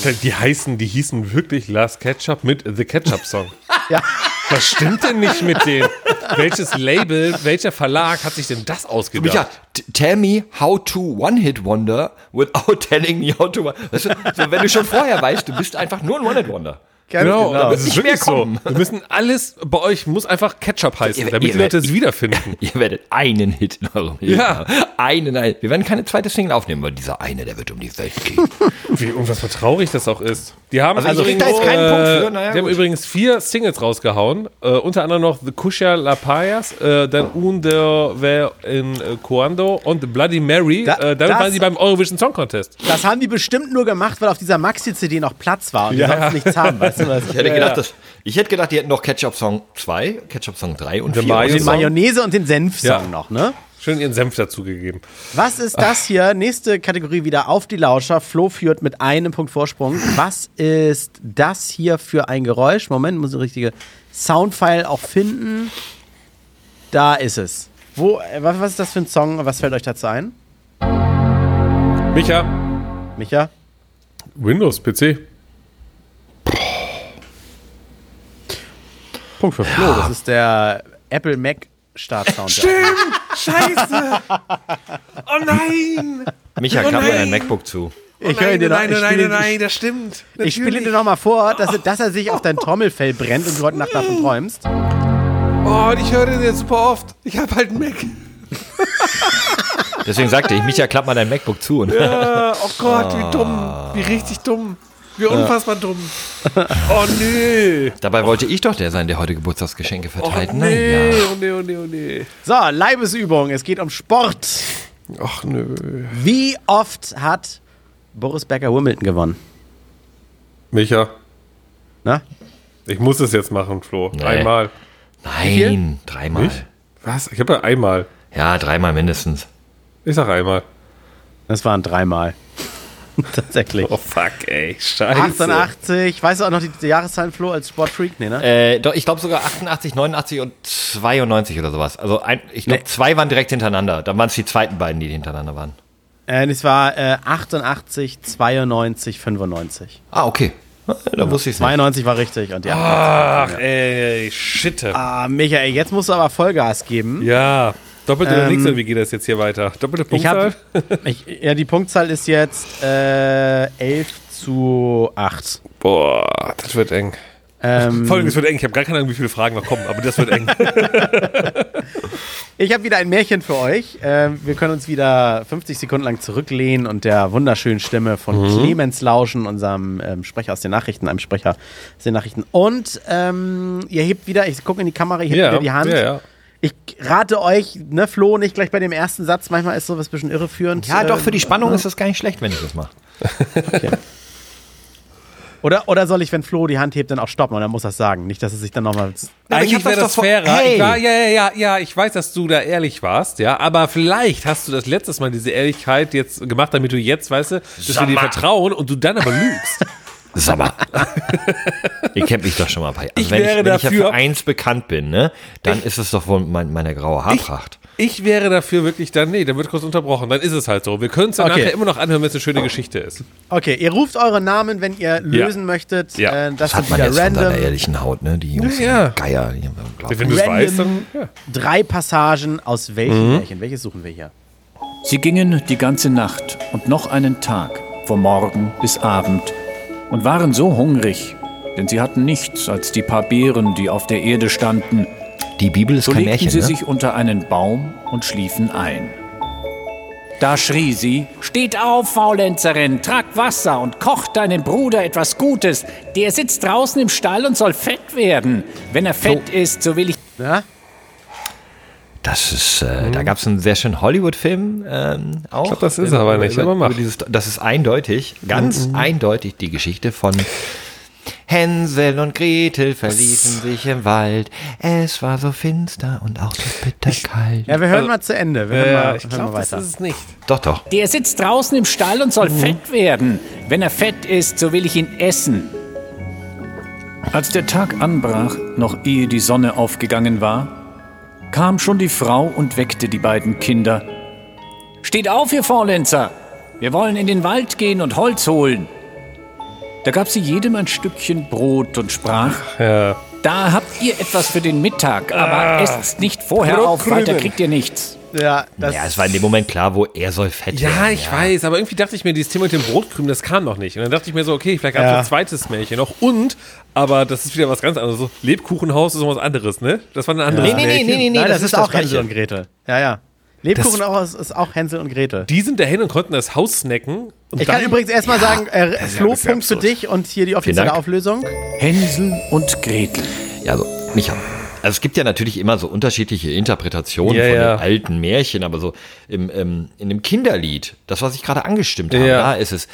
C: Die, Äh, die heißen, die hießen wirklich Last Ketchup mit The Ketchup Song.
B: Ja.
C: Was stimmt denn nicht mit denen? Welches Label, welcher Verlag hat sich denn das ausgedacht?
A: Micha, t- tell me how to One-Hit-Wonder without telling me how to... Weißt du, so, wenn du schon vorher weißt, du bist einfach nur ein One-Hit-Wonder.
C: Genau,
A: Da
C: das
A: wird
C: ist
A: nicht mehr
C: wirklich so.
A: kommen.
C: Wir müssen alles, bei euch muss einfach Ketchup heißen,
A: Ihr-
C: damit
A: ihr
C: die Leute
A: werdet-
C: es wiederfinden.
A: Ihr werdet einen Hit in eurem Leben
C: Ja.
A: haben. Einen, einen. Wir werden keine zweite Single aufnehmen, weil dieser eine, der wird um die Welt gehen.
C: Wie unfassbar traurig das auch ist. Die haben äh,
A: Also ich krieg da jetzt keinen Punkt für, naja,
C: die haben
A: gut.
C: übrigens vier Singles rausgehauen, äh, unter anderem noch The Kusha La Payas, äh, dann Undo Ver in äh, Cuando und Bloody Mary.
B: Da-
C: äh, damit
B: das-
C: waren sie beim Eurovision Song Contest.
B: Das haben die bestimmt nur gemacht, weil auf dieser Maxi-CD noch Platz war und
C: Ja.
B: die sonst nichts haben, weißt du was?
A: Ich hätte gedacht, dass, ich hätte gedacht, die hätten noch Ketchup Song 2, Ketchup Song 3 und
C: The
A: 4.
C: Mayo
B: den
C: Song.
B: Mayonnaise und den Senf-Song
C: Ja.
B: noch, ne?
C: Schön ihren Senf dazugegeben.
B: Was ist das hier? Nächste Kategorie wieder auf die Lauscher. Flo führt mit einem Punkt Vorsprung. Was ist das hier für ein Geräusch? Moment, muss ich den richtige Soundfile auch finden. Da ist es. Wo, äh, was, was ist das für ein Song? Was fällt euch dazu ein?
C: Micha,
B: Micha?
C: Windows, PC.
B: Punkt für Flo. Das ist der Apple Mac Start-Sound.
C: Scheiße! Oh nein!
A: Micha, klappe dein MacBook zu.
B: Ich höre dir noch. ich spiele-
C: das stimmt.
B: Ich, ich spiele dir noch mal vor, dass, er- dass er sich auf dein Trommelfell brennt und du heute Nacht davon träumst.
C: Oh, ich höre den jetzt super oft. Ich habe halt einen Mac.
A: Deswegen sagte ich, Micha, klapp mal dein MacBook zu. Und
C: oh Gott, wie dumm. Wie richtig dumm. Wie unfassbar dumm. Oh nee.
A: Dabei wollte ich doch der sein, der heute Geburtstagsgeschenke verteilt.
C: Nee,
A: Naja.
C: oh nee, oh nee, oh nee.
B: So, Leibesübung. Es geht um Sport.
C: Ach nö.
B: Wie oft hat Boris Becker Wimbledon gewonnen?
C: Micha,
B: Na?
C: ich muss es jetzt machen, Flo. Einmal.
A: Nein, dreimal.
C: Nicht? Was? Ich habe ja einmal.
A: Ja, dreimal mindestens.
C: Ich sag einmal.
B: Das waren dreimal. Tatsächlich.
C: fuck, ey. Oh, Scheiße.
B: 1880. Weißt du auch noch die, die Jahreszahlen, Flo, als Sportfreak? Nee, ne?
A: Äh, doch, ich glaube sogar 88, 89 und 92 oder sowas. Also ein, ich glaube, zwei waren direkt hintereinander. Dann waren es die zweiten beiden, die hintereinander waren.
B: Äh, es war äh, 88, 92, 95.
A: Ah, okay. Da wusste ich es nicht.
B: 92 war richtig und die 88.
C: Ach, ey, shitte.
B: Ah, Michael, jetzt musst du aber Vollgas geben.
C: Ja. Doppelte oder
B: Ähm,
C: nichts, oder wie geht das jetzt hier weiter? Doppelte
B: Ich
C: Punktzahl?
B: hab, ich, ja, die Punktzahl ist jetzt äh, 11 zu 8.
C: Boah, das wird eng.
B: Ähm,
C: Vor allem, das wird eng. Ich habe gar keine Ahnung, wie viele Fragen noch kommen, aber das wird eng.
B: Ich habe wieder ein Märchen für euch. Ähm, wir können uns wieder 50 Sekunden lang zurücklehnen und der wunderschönen Stimme von Clemens lauschen, unserem ähm, Sprecher aus den Nachrichten, einem Sprecher aus den Nachrichten. Und ähm, ihr hebt wieder, ich gucke in die Kamera, ihr hebt wieder die Hand.
C: ja, ja.
B: Ich rate euch, ne, Flo, nicht gleich bei dem ersten Satz. Manchmal ist sowas ein bisschen irreführend.
A: Ja, doch,
B: Ähm,
A: für die Spannung ist das gar nicht schlecht, wenn ich das mache.
B: Oder, oder soll ich, wenn Flo die Hand hebt, dann auch stoppen und dann muss das sagen. Nicht, dass es sich dann nochmal.
A: aber ich hab
C: Eigentlich wäre
A: das
C: das
A: doch vor-
C: fairer.
A: Hey!
C: Ich war, ja, ja, ja, ja, ich weiß, dass du da ehrlich warst, ja, aber vielleicht hast du das letztes Mal diese Ehrlichkeit jetzt gemacht, damit du jetzt, weißt du, dass wir dir vertrauen und du dann aber lügst.
A: Sag mal. Ihr kennt mich doch schon mal bei. Also
C: Ich
A: wenn
C: wäre
A: ich, wenn ich ja
C: dafür-
A: für eins bekannt bin, ne, dann ist es doch wohl mein, meine graue Haarpracht.
C: Ich wäre dafür wirklich dann, nee, dann wird kurz unterbrochen, dann ist es halt so. Wir können es dann
B: Okay. Oh.
C: nachher immer noch anhören, wenn es eine schöne Geschichte ist.
B: Okay, ihr ruft eure Namen, wenn ihr lösen möchtet.
C: Ja.
B: Äh, das,
A: Das hat
B: sind
A: man
B: wieder
A: jetzt von
B: random.
A: deiner ehrlichen Haut, ne? Die Jungs
C: Ja.
A: sind Geier. Die haben
C: Wenn
A: unglaublich-
C: du es
B: Random.
C: weißt, dann, ja.
B: Drei Passagen aus
A: Mhm.
B: welchen Märchen? Welches suchen wir hier?
G: Sie gingen die ganze Nacht und noch einen Tag, vom Morgen bis Abend, und waren so hungrig, denn sie hatten nichts als die paar Beeren, die auf der Erde standen.
A: Die Bibel ist
G: So
A: kein
G: legten
A: Märchen,
G: sie
A: ne?
G: sich unter einen Baum und schliefen ein. Da schrie sie, Steht auf, Faulenzerin, trag Wasser und koch deinem Bruder etwas Gutes. Der sitzt draußen im Stall und soll fett werden. Wenn er fett ist, so will ich...
B: Ja?
A: Das ist, äh, da gab es einen sehr schönen Hollywood-Film ähm, auch. Ich
C: glaube, Mhm. das ist aber nicht, aber
A: Über,
C: mach.
A: über dieses, das ist eindeutig, ganz
C: Mhm.
A: eindeutig die Geschichte von Hänsel und Gretel verliefen sich im Wald. Es war so finster und auch so bitterkalt.
B: Ja, wir hören mal zu Ende. Wir
A: äh,
B: hören mal, hören mal weiter.
G: nicht.
A: Doch, doch.
G: Der sitzt draußen im Stall und soll fett werden. Wenn er fett ist, so will ich ihn essen. Als der Tag anbrach, noch ehe die Sonne aufgegangen war, kam schon die Frau und weckte die beiden Kinder. Steht auf, ihr Faulenzer! Wir wollen in den Wald gehen und Holz holen. Da gab sie jedem ein Stückchen Brot und sprach: Da habt ihr etwas für den Mittag, aber
B: Ah.
G: esst nicht vorher auf,
C: Brotkrümeln.
G: weiter kriegt ihr nichts.
B: Ja, das
A: Ja, es war in dem Moment klar, wo er soll fett
C: Ja,
A: werden.
C: ich weiß, aber irgendwie dachte ich mir, dieses Thema mit dem Brotkrümen, das kam noch nicht. Und dann dachte ich mir so, okay, vielleicht gab es
B: Ja.
C: ein zweites Märchen noch. Und, aber das ist wieder was ganz anderes. So, Lebkuchenhaus ist noch was anderes, ne? Das war ein anderes
B: Ja. Nee, nee, nee,
C: Märchen.
B: nee, nee, nee, Nein, das das ist ist auch das Hänsel Märchen. und Gretel. Ja, ja. Lebkuchen
C: Das-
B: auch, ist, ist auch Hänsel und Gretel.
C: Die sind dahin und konnten das Haus snacken. Und
B: Ich kann
C: dann-
B: übrigens erstmal sagen, äh,
C: ist ja
B: Flo,
C: ein bisschen
B: Punkt für
C: absurd.
B: dich und hier die offizielle
A: Dank.
B: Auflösung.
G: Hänsel und Gretel.
A: Ja, also, Micha. Also es gibt ja natürlich immer so unterschiedliche Interpretationen
C: Ja,
A: von
C: ja.
A: den alten Märchen, aber so im, ähm, in dem Kinderlied, das, was ich gerade angestimmt habe,
C: Ja.
A: da ist es.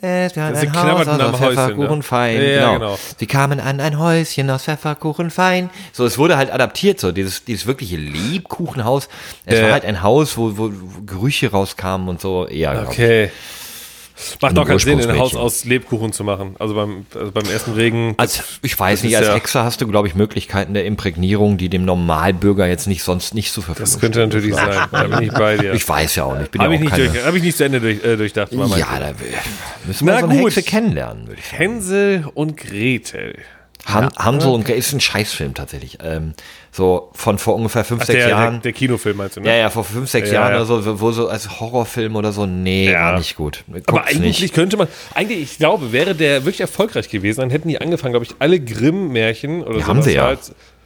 A: Es war
C: Ja,
A: ein
C: sie
A: Haus
C: knabberten
A: aus
C: am Häuschen,
A: Pfefferkuchen
C: ne?
A: fein.
C: Ja, ja,
A: genau.
C: genau.
A: Sie kamen an ein Häuschen aus Pfefferkuchen fein. So, es wurde halt adaptiert, so dieses, dieses wirkliche Lebkuchenhaus. Es
C: Ja.
A: war halt ein Haus, wo, wo Gerüche rauskamen und so. Ja, genau. glaub ich.
C: Okay. Macht
A: Ein
C: doch keinen Sinn, ein Haus
A: Ursprungsmärchen.
C: aus Lebkuchen zu machen. Also beim, also beim ersten Regen.
A: Als, ich weiß
C: das
A: nicht,
C: ist
A: als
C: ja-
A: Hexer hast du, glaube ich, Möglichkeiten der Imprägnierung, die dem Normalbürger jetzt nicht sonst nicht zur Verfügung
C: Das könnte natürlich sein. Da bin ich bei dir.
A: Ich weiß ja auch nicht. Ich bin
C: Habe
A: ja
C: ich,
A: auch
C: nicht
A: keine,
C: durch- hab ich nicht zu Ende durch, äh, durchdacht. war mein
A: Ja,
C: Fehler.
A: da müssen wir
C: Na
A: so eine
C: gut.
A: Hexe kennenlernen, würde ich sagen.
C: Hänsel und Gretel.
A: Han, Hansel und Gretel ist ein Scheißfilm tatsächlich. Ähm, so von vor ungefähr fünf,
C: Ach,
A: sechs
C: der,
A: Jahren.
C: Der, der Kinofilm meinst du, ne?
A: ja, ja, vor fünf, sechs
C: Ja,
A: Jahren
C: ja.
A: oder so, wo so als Horrorfilm oder so. Nee, war nicht gut. Guckt's
C: Aber eigentlich
A: nicht.
C: könnte man, eigentlich, ich glaube, wäre der wirklich erfolgreich gewesen, dann hätten die angefangen, glaube ich, alle Grimm-Märchen oder
A: Ja,
C: so.
A: haben sie ja.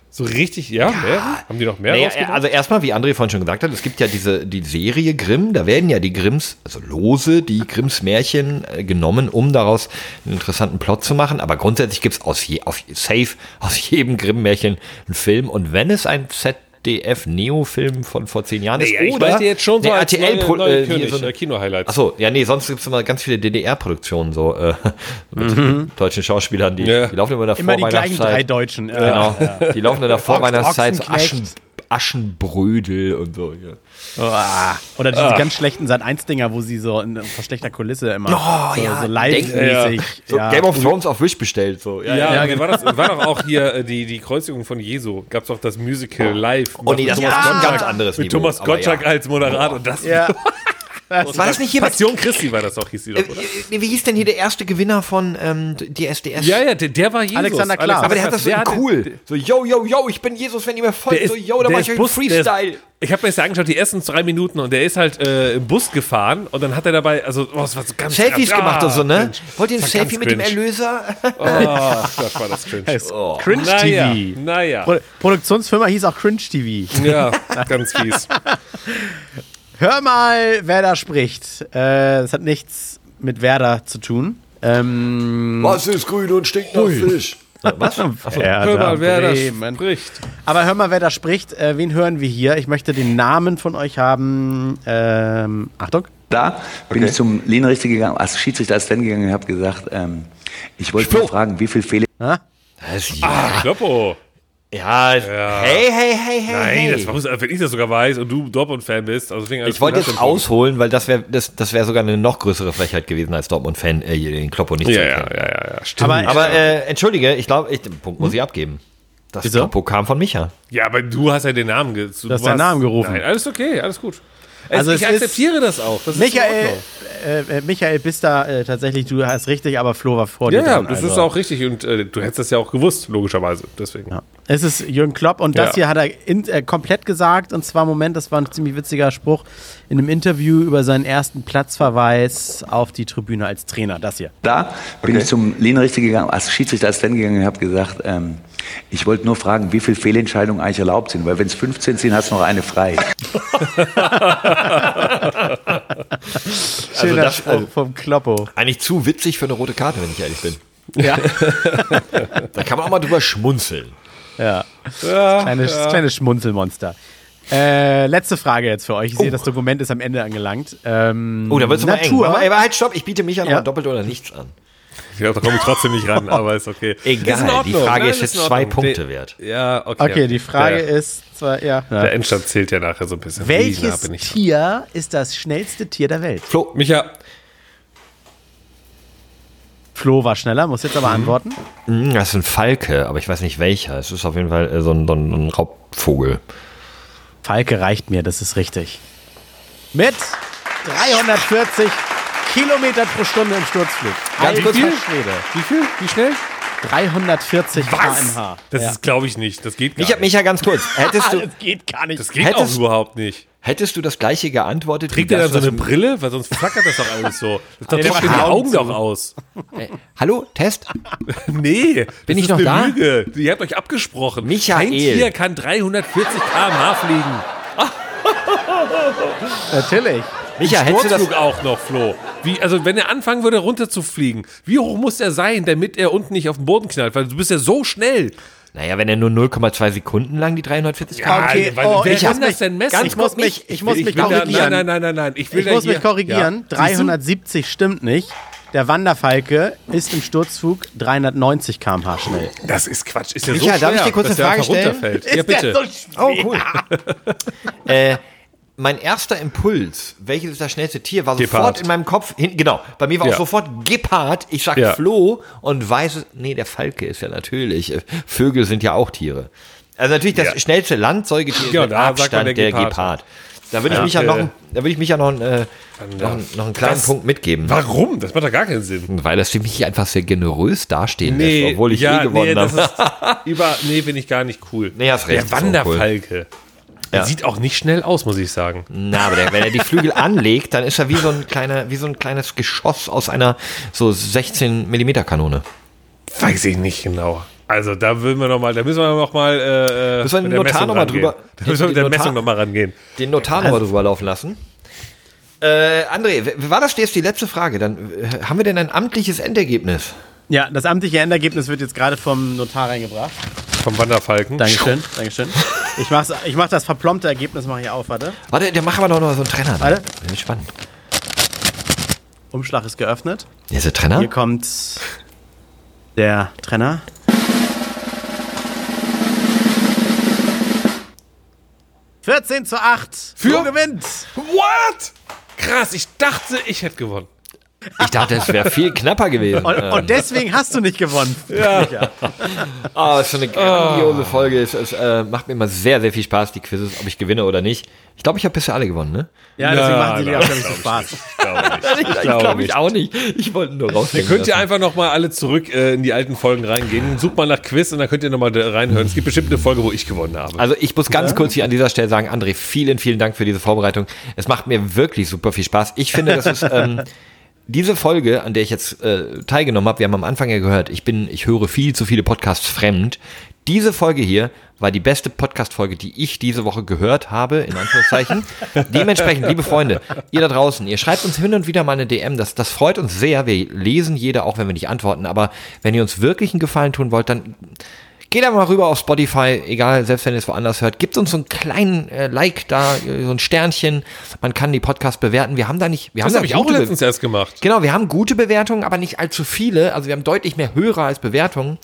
C: so richtig, ja, Mehr? Haben die noch mehr
A: Naja,
C: rausgebracht?
A: also erstmal, wie André vorhin schon gesagt hat, es gibt ja diese die Serie Grimm, da werden ja die Grimms, also lose, die Grimms Märchen äh, genommen, um daraus einen interessanten Plot zu machen. Aber grundsätzlich gibt es aus je, auf, safe aus jedem Grimm-Märchen einen Film. Und wenn es ein ZDF-Neo-Film von vor zehn Jahren
C: Naja,
A: ist,
C: ich
A: oder
C: meinte jetzt schon so als
A: RTL
C: neue- neue
A: hier
C: König,
A: so eine-
C: äh, Kino-Highlights.
A: Achso, ja, nee, sonst gibt es immer ganz viele DDR-Produktionen so äh, mit deutschen Schauspielern, die,
C: Mhm. Ja.
A: die laufen immer in der
B: Immer die gleichen
A: Vorweihnachtszeit.
B: drei Deutschen, äh, ja.
A: Genau.
B: Ja.
A: Die laufen in der Vorweihnachtszeit so Aschen,
B: Ochsenknecht.
A: Aschenbrödel und so. Ja.
B: Ah. Oder diese
A: Ah.
B: ganz schlechten Sat1-Dinger, wo sie so in vor schlechter Kulisse immer
A: Oh,
B: so,
A: ja,
B: so
A: denk-
B: live-mäßig.
A: So Game of Thrones auf Wish bestellt. So.
C: ja, ja, genau. war, das, war doch auch hier äh, die, die Kreuzigung von Jesu. Gab es doch das Musical live.
A: Oh, nee,
C: mit
A: das
C: Thomas
A: war ein
C: Gottschalk-
A: ganz anderes
C: Mit
A: Niveau,
C: Thomas
A: aber
C: Gottschalk
A: ja.
C: als Moderator. Und das
B: Ja.
C: Und
A: War es nicht hier bei- Äh,
C: Passion Christi war das doch, hieß die doch, oder?
A: Wie hieß denn hier der erste Gewinner von ähm, DSDS?
C: Ja, ja, der, der war Jesus.
B: Alexander Klaas.
A: Aber der hat das so
C: hat-
A: cool. So, yo, yo, yo, ich bin Jesus, wenn ihr mir folgt. so, yo, da
C: der
A: mach ich
C: ist
A: euch
C: Bus- der ist-
A: Freestyle.
C: Ich habe mir das angeschaut, die ersten drei Minuten und der ist halt äh, im Bus gefahren und dann hat er dabei, also, oh, das war so ganz
A: Selfies
C: ganz-
A: gemacht
C: ah,
A: und so, ne?
C: cringe.
A: Wollt ihr ein
C: Das war
A: Selfie
C: ganz
A: mit dem
C: cringe.
A: Erlöser?
C: Oh, Gott, war das cringe.
A: Oh.
B: Cringe-TV.
C: Naja,
B: Pro Produktionsfirma hieß auch Cringe-TV.
C: naja. Ja, ganz fies.
B: Hör mal, wer da spricht. Äh, das hat nichts mit Werder zu tun. Ähm,
A: Was ist grün und stinkt nach Fisch? Was?
B: Werder
C: Hör mal, wer das
B: Bremen.
C: spricht.
B: Aber hör mal, wer da spricht. Äh, wen hören wir hier? Ich möchte den Namen von euch haben. Ähm, Achtung.
L: Da bin ich zum Linienrichter gegangen, als Schiedsrichter als Fan gegangen und habe gesagt, ähm, ich wollte mal fragen, wie viel Fehler.
C: Ah, Kloppo.
A: Ja, hey, hey, hey, hey.
C: Nein,
A: hey.
C: das war, wenn ich das sogar weiß und du Dortmund-Fan bist. Also deswegen alles
A: Ich wollte
C: gut,
A: jetzt
C: hast du einen
A: ausholen, weil das wäre das, das wär sogar eine noch größere Frechheit gewesen als Dortmund-Fan, äh, hier den Kloppo nicht
C: Punkt.
A: zu
C: Ja,
A: erkennen.
C: ja, ja, ja, ja, stimmt.
A: Aber, Hm? aber äh, entschuldige, ich glaube, ich, den Punkt muss ich abgeben. Das
B: Wieso?
A: Kloppo kam von Micha.
C: ja, aber du hast ja den Namen ge du
B: hast deinen
C: hast-
B: Namen gerufen.
C: Nein, alles okay, alles gut. Es-
B: Also
C: ich
B: es ist-
C: akzeptiere das auch. Das ist in
B: Michael,
C: Ordnung.
B: äh, äh, Michael, bist da äh, tatsächlich, du hast richtig, aber Flo war vor
C: Ja,
B: dir.
C: ja,
B: dran,
C: das
B: also.
C: ist auch richtig und äh, du hättest das ja auch gewusst, logischerweise. Deswegen.
B: Es ist Jürgen Klopp und das
C: Ja.
B: hier hat er in, äh, komplett gesagt und zwar Moment, das war ein ziemlich witziger Spruch in einem Interview über seinen ersten Platzverweis auf die Tribüne als Trainer. Das hier.
L: Da bin ich zum Linienrichter gegangen, als Schiedsrichter als Fan gegangen und habe gesagt, ähm, ich wollte nur fragen, wie viele Fehlentscheidungen eigentlich erlaubt sind, weil wenn es 15 sind, hast du noch eine frei.
B: Schöner
A: das-
B: Spruch
A: also-
B: vom Kloppo.
A: Eigentlich zu witzig für eine rote Karte, wenn ich ehrlich bin.
B: Ja.
A: Da kann man auch mal drüber schmunzeln.
B: ja. Kleines, kleines Schmunzelmonster. Äh, letzte Frage jetzt für euch. Ich sehe, das Dokument ist am Ende angelangt. Ähm,
A: Oh, da wird's aber eng.
B: Natur.
A: Aber, aber halt, stopp, ich biete mich ja nochmal
B: Ja.
A: doppelt oder nichts an.
C: Ich glaube, da komme ich trotzdem nicht ran, aber ist okay.
A: Egal,
C: ist in Ordnung.
A: die Frage
C: Nein,
A: ist jetzt
C: in
A: zwei
C: Ordnung.
A: Punkte
C: Die-
A: wert.
C: Ja, okay.
B: Okay, die Frage
C: Der-
B: ist zwar, ja.
C: Der Endstand zählt ja nachher so ein bisschen. Wie nah
B: Welches
C: bin ich?
B: Tier ist das schnellste Tier der Welt?
A: Flo.
C: Micha.
B: Flo war schneller, muss jetzt aber antworten.
A: Hm, Das ist ein Falke, aber ich weiß nicht welcher. Es ist auf jeden Fall äh, so ein, so ein so ein Raubvogel.
B: Falke reicht mir, das ist richtig. Mit 340 Kilometer pro Stunde im Sturzflug.
C: Ganz kurz
B: Alter
C: mal-
B: Schwede.
C: Wie viel? Wie schnell?
B: 340
C: Was?
B: km/h.
C: Das
B: ja.
C: ist, glaube ich, nicht. Das geht gar
A: Ich hab mich ja ganz kurz. Hättest du,
B: das geht gar nicht.
C: Das geht
A: Hättest-
C: auch überhaupt nicht.
A: hättest du das gleiche geantwortet?
C: Trägt
A: wie
C: er dann
A: das,
C: so eine
A: was-
C: Brille? Weil sonst flackert das doch alles so. Das
B: Der macht
C: tropft die
B: die
C: Augen
B: Augen
C: doch
B: zu.
C: aus.
A: Äh, Hallo, Test?
C: Nee.
A: Bin
C: das
A: ich
C: ist
A: noch
C: eine
A: da?
C: Lüge. Ihr habt euch abgesprochen.
A: Michael.
C: Ein Tier kann 340 km/h fliegen.
B: Natürlich.
A: Micha, hättest du das,
C: Sturzflug auch noch, Flo. Wie, also wenn er anfangen würde, runterzufliegen, wie hoch muss er sein, damit er unten nicht auf den Boden knallt? Weil du bist ja so schnell.
A: Naja, wenn er nur 0,2 Sekunden lang die 340
C: Ja,
B: Okay,
C: weil,
B: oh,
C: wer
B: ich
C: kann
B: muss
C: das
B: mich-
C: denn messen?
B: ganz Ich muss kurz, mich- ich- ich muss mich
C: will da-
B: korrigieren.
C: Nein, nein, nein, nein, nein. Ich, will
B: Ich
C: da
B: muss mich
C: hier-
B: korrigieren.
C: Ja. Siehst du?
B: 370 stimmt nicht. Der Wanderfalke ist im Sturzflug 390 km/h schnell.
C: Das ist Quatsch. Ist ja so
A: Micha,
C: schwer,
A: darf ich dir kurz
C: dass
A: eine
C: der
A: Frage
C: einfach
A: stellen?
C: runterfällt. Ja, bitte.
A: Oh, cool. äh, mein erster Impuls, welches ist das schnellste Tier, war
C: Gepard.
A: sofort in meinem Kopf. Hin, genau, bei mir war
C: Ja.
A: auch sofort Gepard. Ich sag
C: Ja.
A: Floh und weiß es. Nee, der Falke ist ja natürlich. äh, Vögel sind ja auch Tiere. Also natürlich das
C: Ja.
A: schnellste Landsäugetier
C: Ja,
A: ist mit
C: da sagt man,
A: Abstand
C: der
A: der,
C: Gepard.
A: Gepard. Da würde ich mich ja
C: äh,
A: noch, ein- da würde ich mich ja noch, ein, äh, noch, ein- noch einen kleinen
C: das-
A: Punkt mitgeben.
C: Warum? Das macht doch gar keinen Sinn.
A: Weil das für mich einfach sehr generös dastehen lässt, obwohl ich
C: ja,
A: eh gewonnen
C: nee,
A: habe.
C: Das ist über, nee, bin ich gar nicht cool.
A: Nee, hast recht,
C: der
A: ist auch cool.
C: Wanderfalke. Der
A: Ja.
C: sieht auch nicht schnell aus, muss ich sagen.
A: Na, aber der, wenn er die Flügel anlegt, dann ist er wie so ein kleiner, wie so ein kleines Geschoss aus einer so 16 Millimeter Kanone.
C: Weiß ich nicht genau. Also da würden wir noch mal, da müssen wir noch mal äh,
A: Müssen wir
C: mit
A: den
C: der
A: Notar
C: Messung
A: noch mal
C: rangehen.
A: drüber-
C: Da müssen wir mit
A: den
C: der
A: Notar-
C: Messung noch mal rangehen.
A: Den Notar nochmal drüber laufen lassen. Also Äh, André, w- war das jetzt die letzte Frage? Dann äh, haben wir denn ein amtliches Endergebnis?
B: Ja, das amtliche Endergebnis wird jetzt gerade vom Notar reingebracht.
C: Vom Wanderfalken.
B: Dankeschön, Dankeschön. Ich mach's, ich mach das verplompte Ergebnis, mache ich auf, warte.
A: Warte, der machen wir doch noch so einen Trenner.
B: Warte.
A: Bin ich spannend.
B: Umschlag ist geöffnet.
A: Der ist der Trenner?
B: Hier kommt der Trenner. »14 zu 8.
C: Für?
B: Flo gewinnt.
C: What? Krass, ich dachte, ich hätte gewonnen.
A: Ich dachte, es wäre viel knapper gewesen.
B: Und, und deswegen hast du nicht gewonnen.
A: Ah, ist schon eine grandiose Folge. Es, es äh, macht mir immer sehr, sehr viel Spaß, die Quizzes, ob ich gewinne oder nicht. Ich glaube, ich habe bisher alle gewonnen, ne?
B: Ja, deswegen
C: Ja, genau.
B: machen sie dir auch
C: nein,
B: gar nicht so Spaß.
A: Ich,
C: glaube
A: ich
C: nicht.
A: auch nicht. Ich wollte nur
C: Ihr
A: rausfinden.
C: könnt ja einfach noch mal alle zurück äh, in die alten Folgen reingehen. Sucht mal nach Quiz und dann könnt ihr noch mal da reinhören. Es gibt bestimmt eine Folge, wo ich gewonnen habe.
A: Also ich muss ganz kurz hier an dieser Stelle sagen, André, vielen, vielen Dank für diese Vorbereitung. Es macht mir wirklich super viel Spaß. Ich finde, das ist ähm, diese Folge, an der ich jetzt äh, teilgenommen habe, wir haben am Anfang ja gehört, ich bin, ich höre viel zu viele Podcasts fremd. Diese Folge hier war die beste Podcast-Folge, die ich diese Woche gehört habe, in Anführungszeichen. Dementsprechend, liebe Freunde, ihr da draußen, ihr schreibt uns hin und wieder mal eine DM, das, das freut uns sehr. Wir lesen jede, auch wenn wir nicht antworten. Aber wenn ihr uns wirklich einen Gefallen tun wollt, dann Geht einfach mal rüber auf Spotify, egal, selbst wenn ihr es woanders hört. Gebt uns so einen kleinen äh, Like da, äh, so ein Sternchen. Man kann die Podcasts bewerten. Wir haben da nicht, wir
C: das
A: haben da
C: habe ich auch
A: gute Be-
C: letztens erst gemacht.
A: Genau, wir haben gute Bewertungen, aber nicht allzu viele. Also wir haben deutlich mehr Hörer als Bewertungen.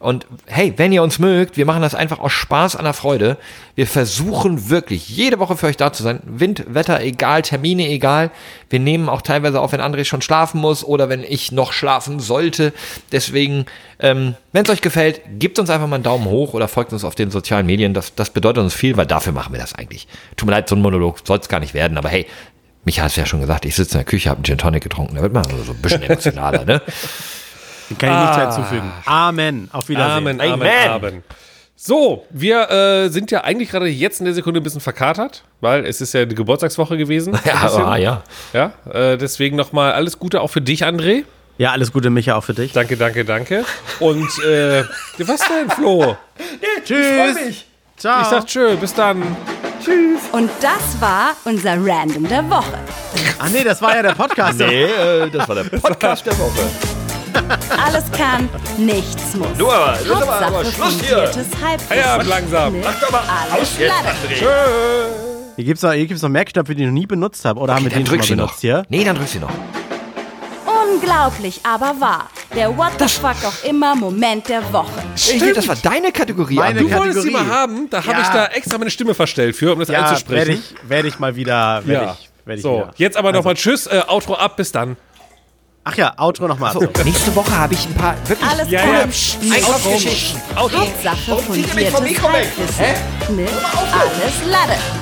A: Und hey, wenn ihr uns mögt, wir machen das einfach aus Spaß an der Freude. Wir versuchen wirklich jede Woche für euch da zu sein. Wind, Wetter, egal, Termine, egal. Wir nehmen auch teilweise auf, wenn André schon schlafen muss oder wenn ich noch schlafen sollte. Deswegen, ähm, wenn es euch gefällt, gebt uns einfach mal einen Daumen hoch oder folgt uns auf den sozialen Medien. Das, das bedeutet uns viel, weil dafür machen wir das eigentlich. Tut mir leid, so ein Monolog soll es gar nicht werden, aber hey, Micha hat es ja schon gesagt, ich sitze in der Küche, habe einen Gin Tonic getrunken. Da wird man so ein bisschen emotionaler, ne?
B: Kann ich nichts hinzufügen. Amen. Auf Wiedersehen.
C: Amen, Amen,
A: Amen.
C: Amen. So, wir äh, sind ja eigentlich gerade jetzt in der Sekunde ein bisschen verkatert, weil es ist ja eine Geburtstagswoche gewesen. Ein bisschen.
A: ah, ja.
C: Ja, äh, deswegen nochmal alles Gute auch für dich, André.
B: Ja, alles Gute, Micha, auch für dich.
C: Danke, danke, danke. Und äh, was denn, Flo?
B: Tschüss. Ciao.
C: Ich sag tschö, bis dann.
E: Und das war unser Random der Woche.
B: Ach nee, das Ah, war ja der Podcast.
A: Nee, äh, das war der Podcast der Woche.
E: Alles kann, nichts muss.
C: Du aber, jetzt ist aber-
E: Hauptsache
C: aber Schluss hier.
E: fundiertes Halbwissen. Ne?
C: Feierabend langsam.
E: Mit
C: Mach doch mal
E: Alex
C: aus jetzt,
E: Lange.
C: André.
B: Hier gibt es noch, hier gibt's noch mehr Knöpfe, die ich noch nie benutzt habe. Oder haben wir
A: dann
B: den schon
A: drück
B: mal
A: sie
B: benutzt hier?
A: Nee, dann drück sie noch.
E: Unglaublich, aber wahr. Der What the fuck auch immer Moment der Woche.
A: Hier, das war deine Kategorie.
C: Meine du
A: André.
C: wolltest die mal haben, da habe
E: Ja.
C: ich da extra meine Stimme verstellt für, um das
B: Ja,
C: einzusprechen.
B: werde ich, werd ich mal wieder. Werd
C: ja.
B: ich, werd ich
C: so,
B: wieder. Also
C: jetzt aber nochmal Tschüss, äh, Outro ab, bis dann.
B: Ach ja, Outro nochmal.
A: So, nächste Woche habe ich ein paar wirklich
E: Alles
C: Ja,
E: coole
C: ja.
A: Einkaufsgeschichten.
E: Hauptsache
A: Warum zieht ihr mich vom
E: fundiertes
A: Mikro weg?
E: Halbwissen. Mit Alles Lade.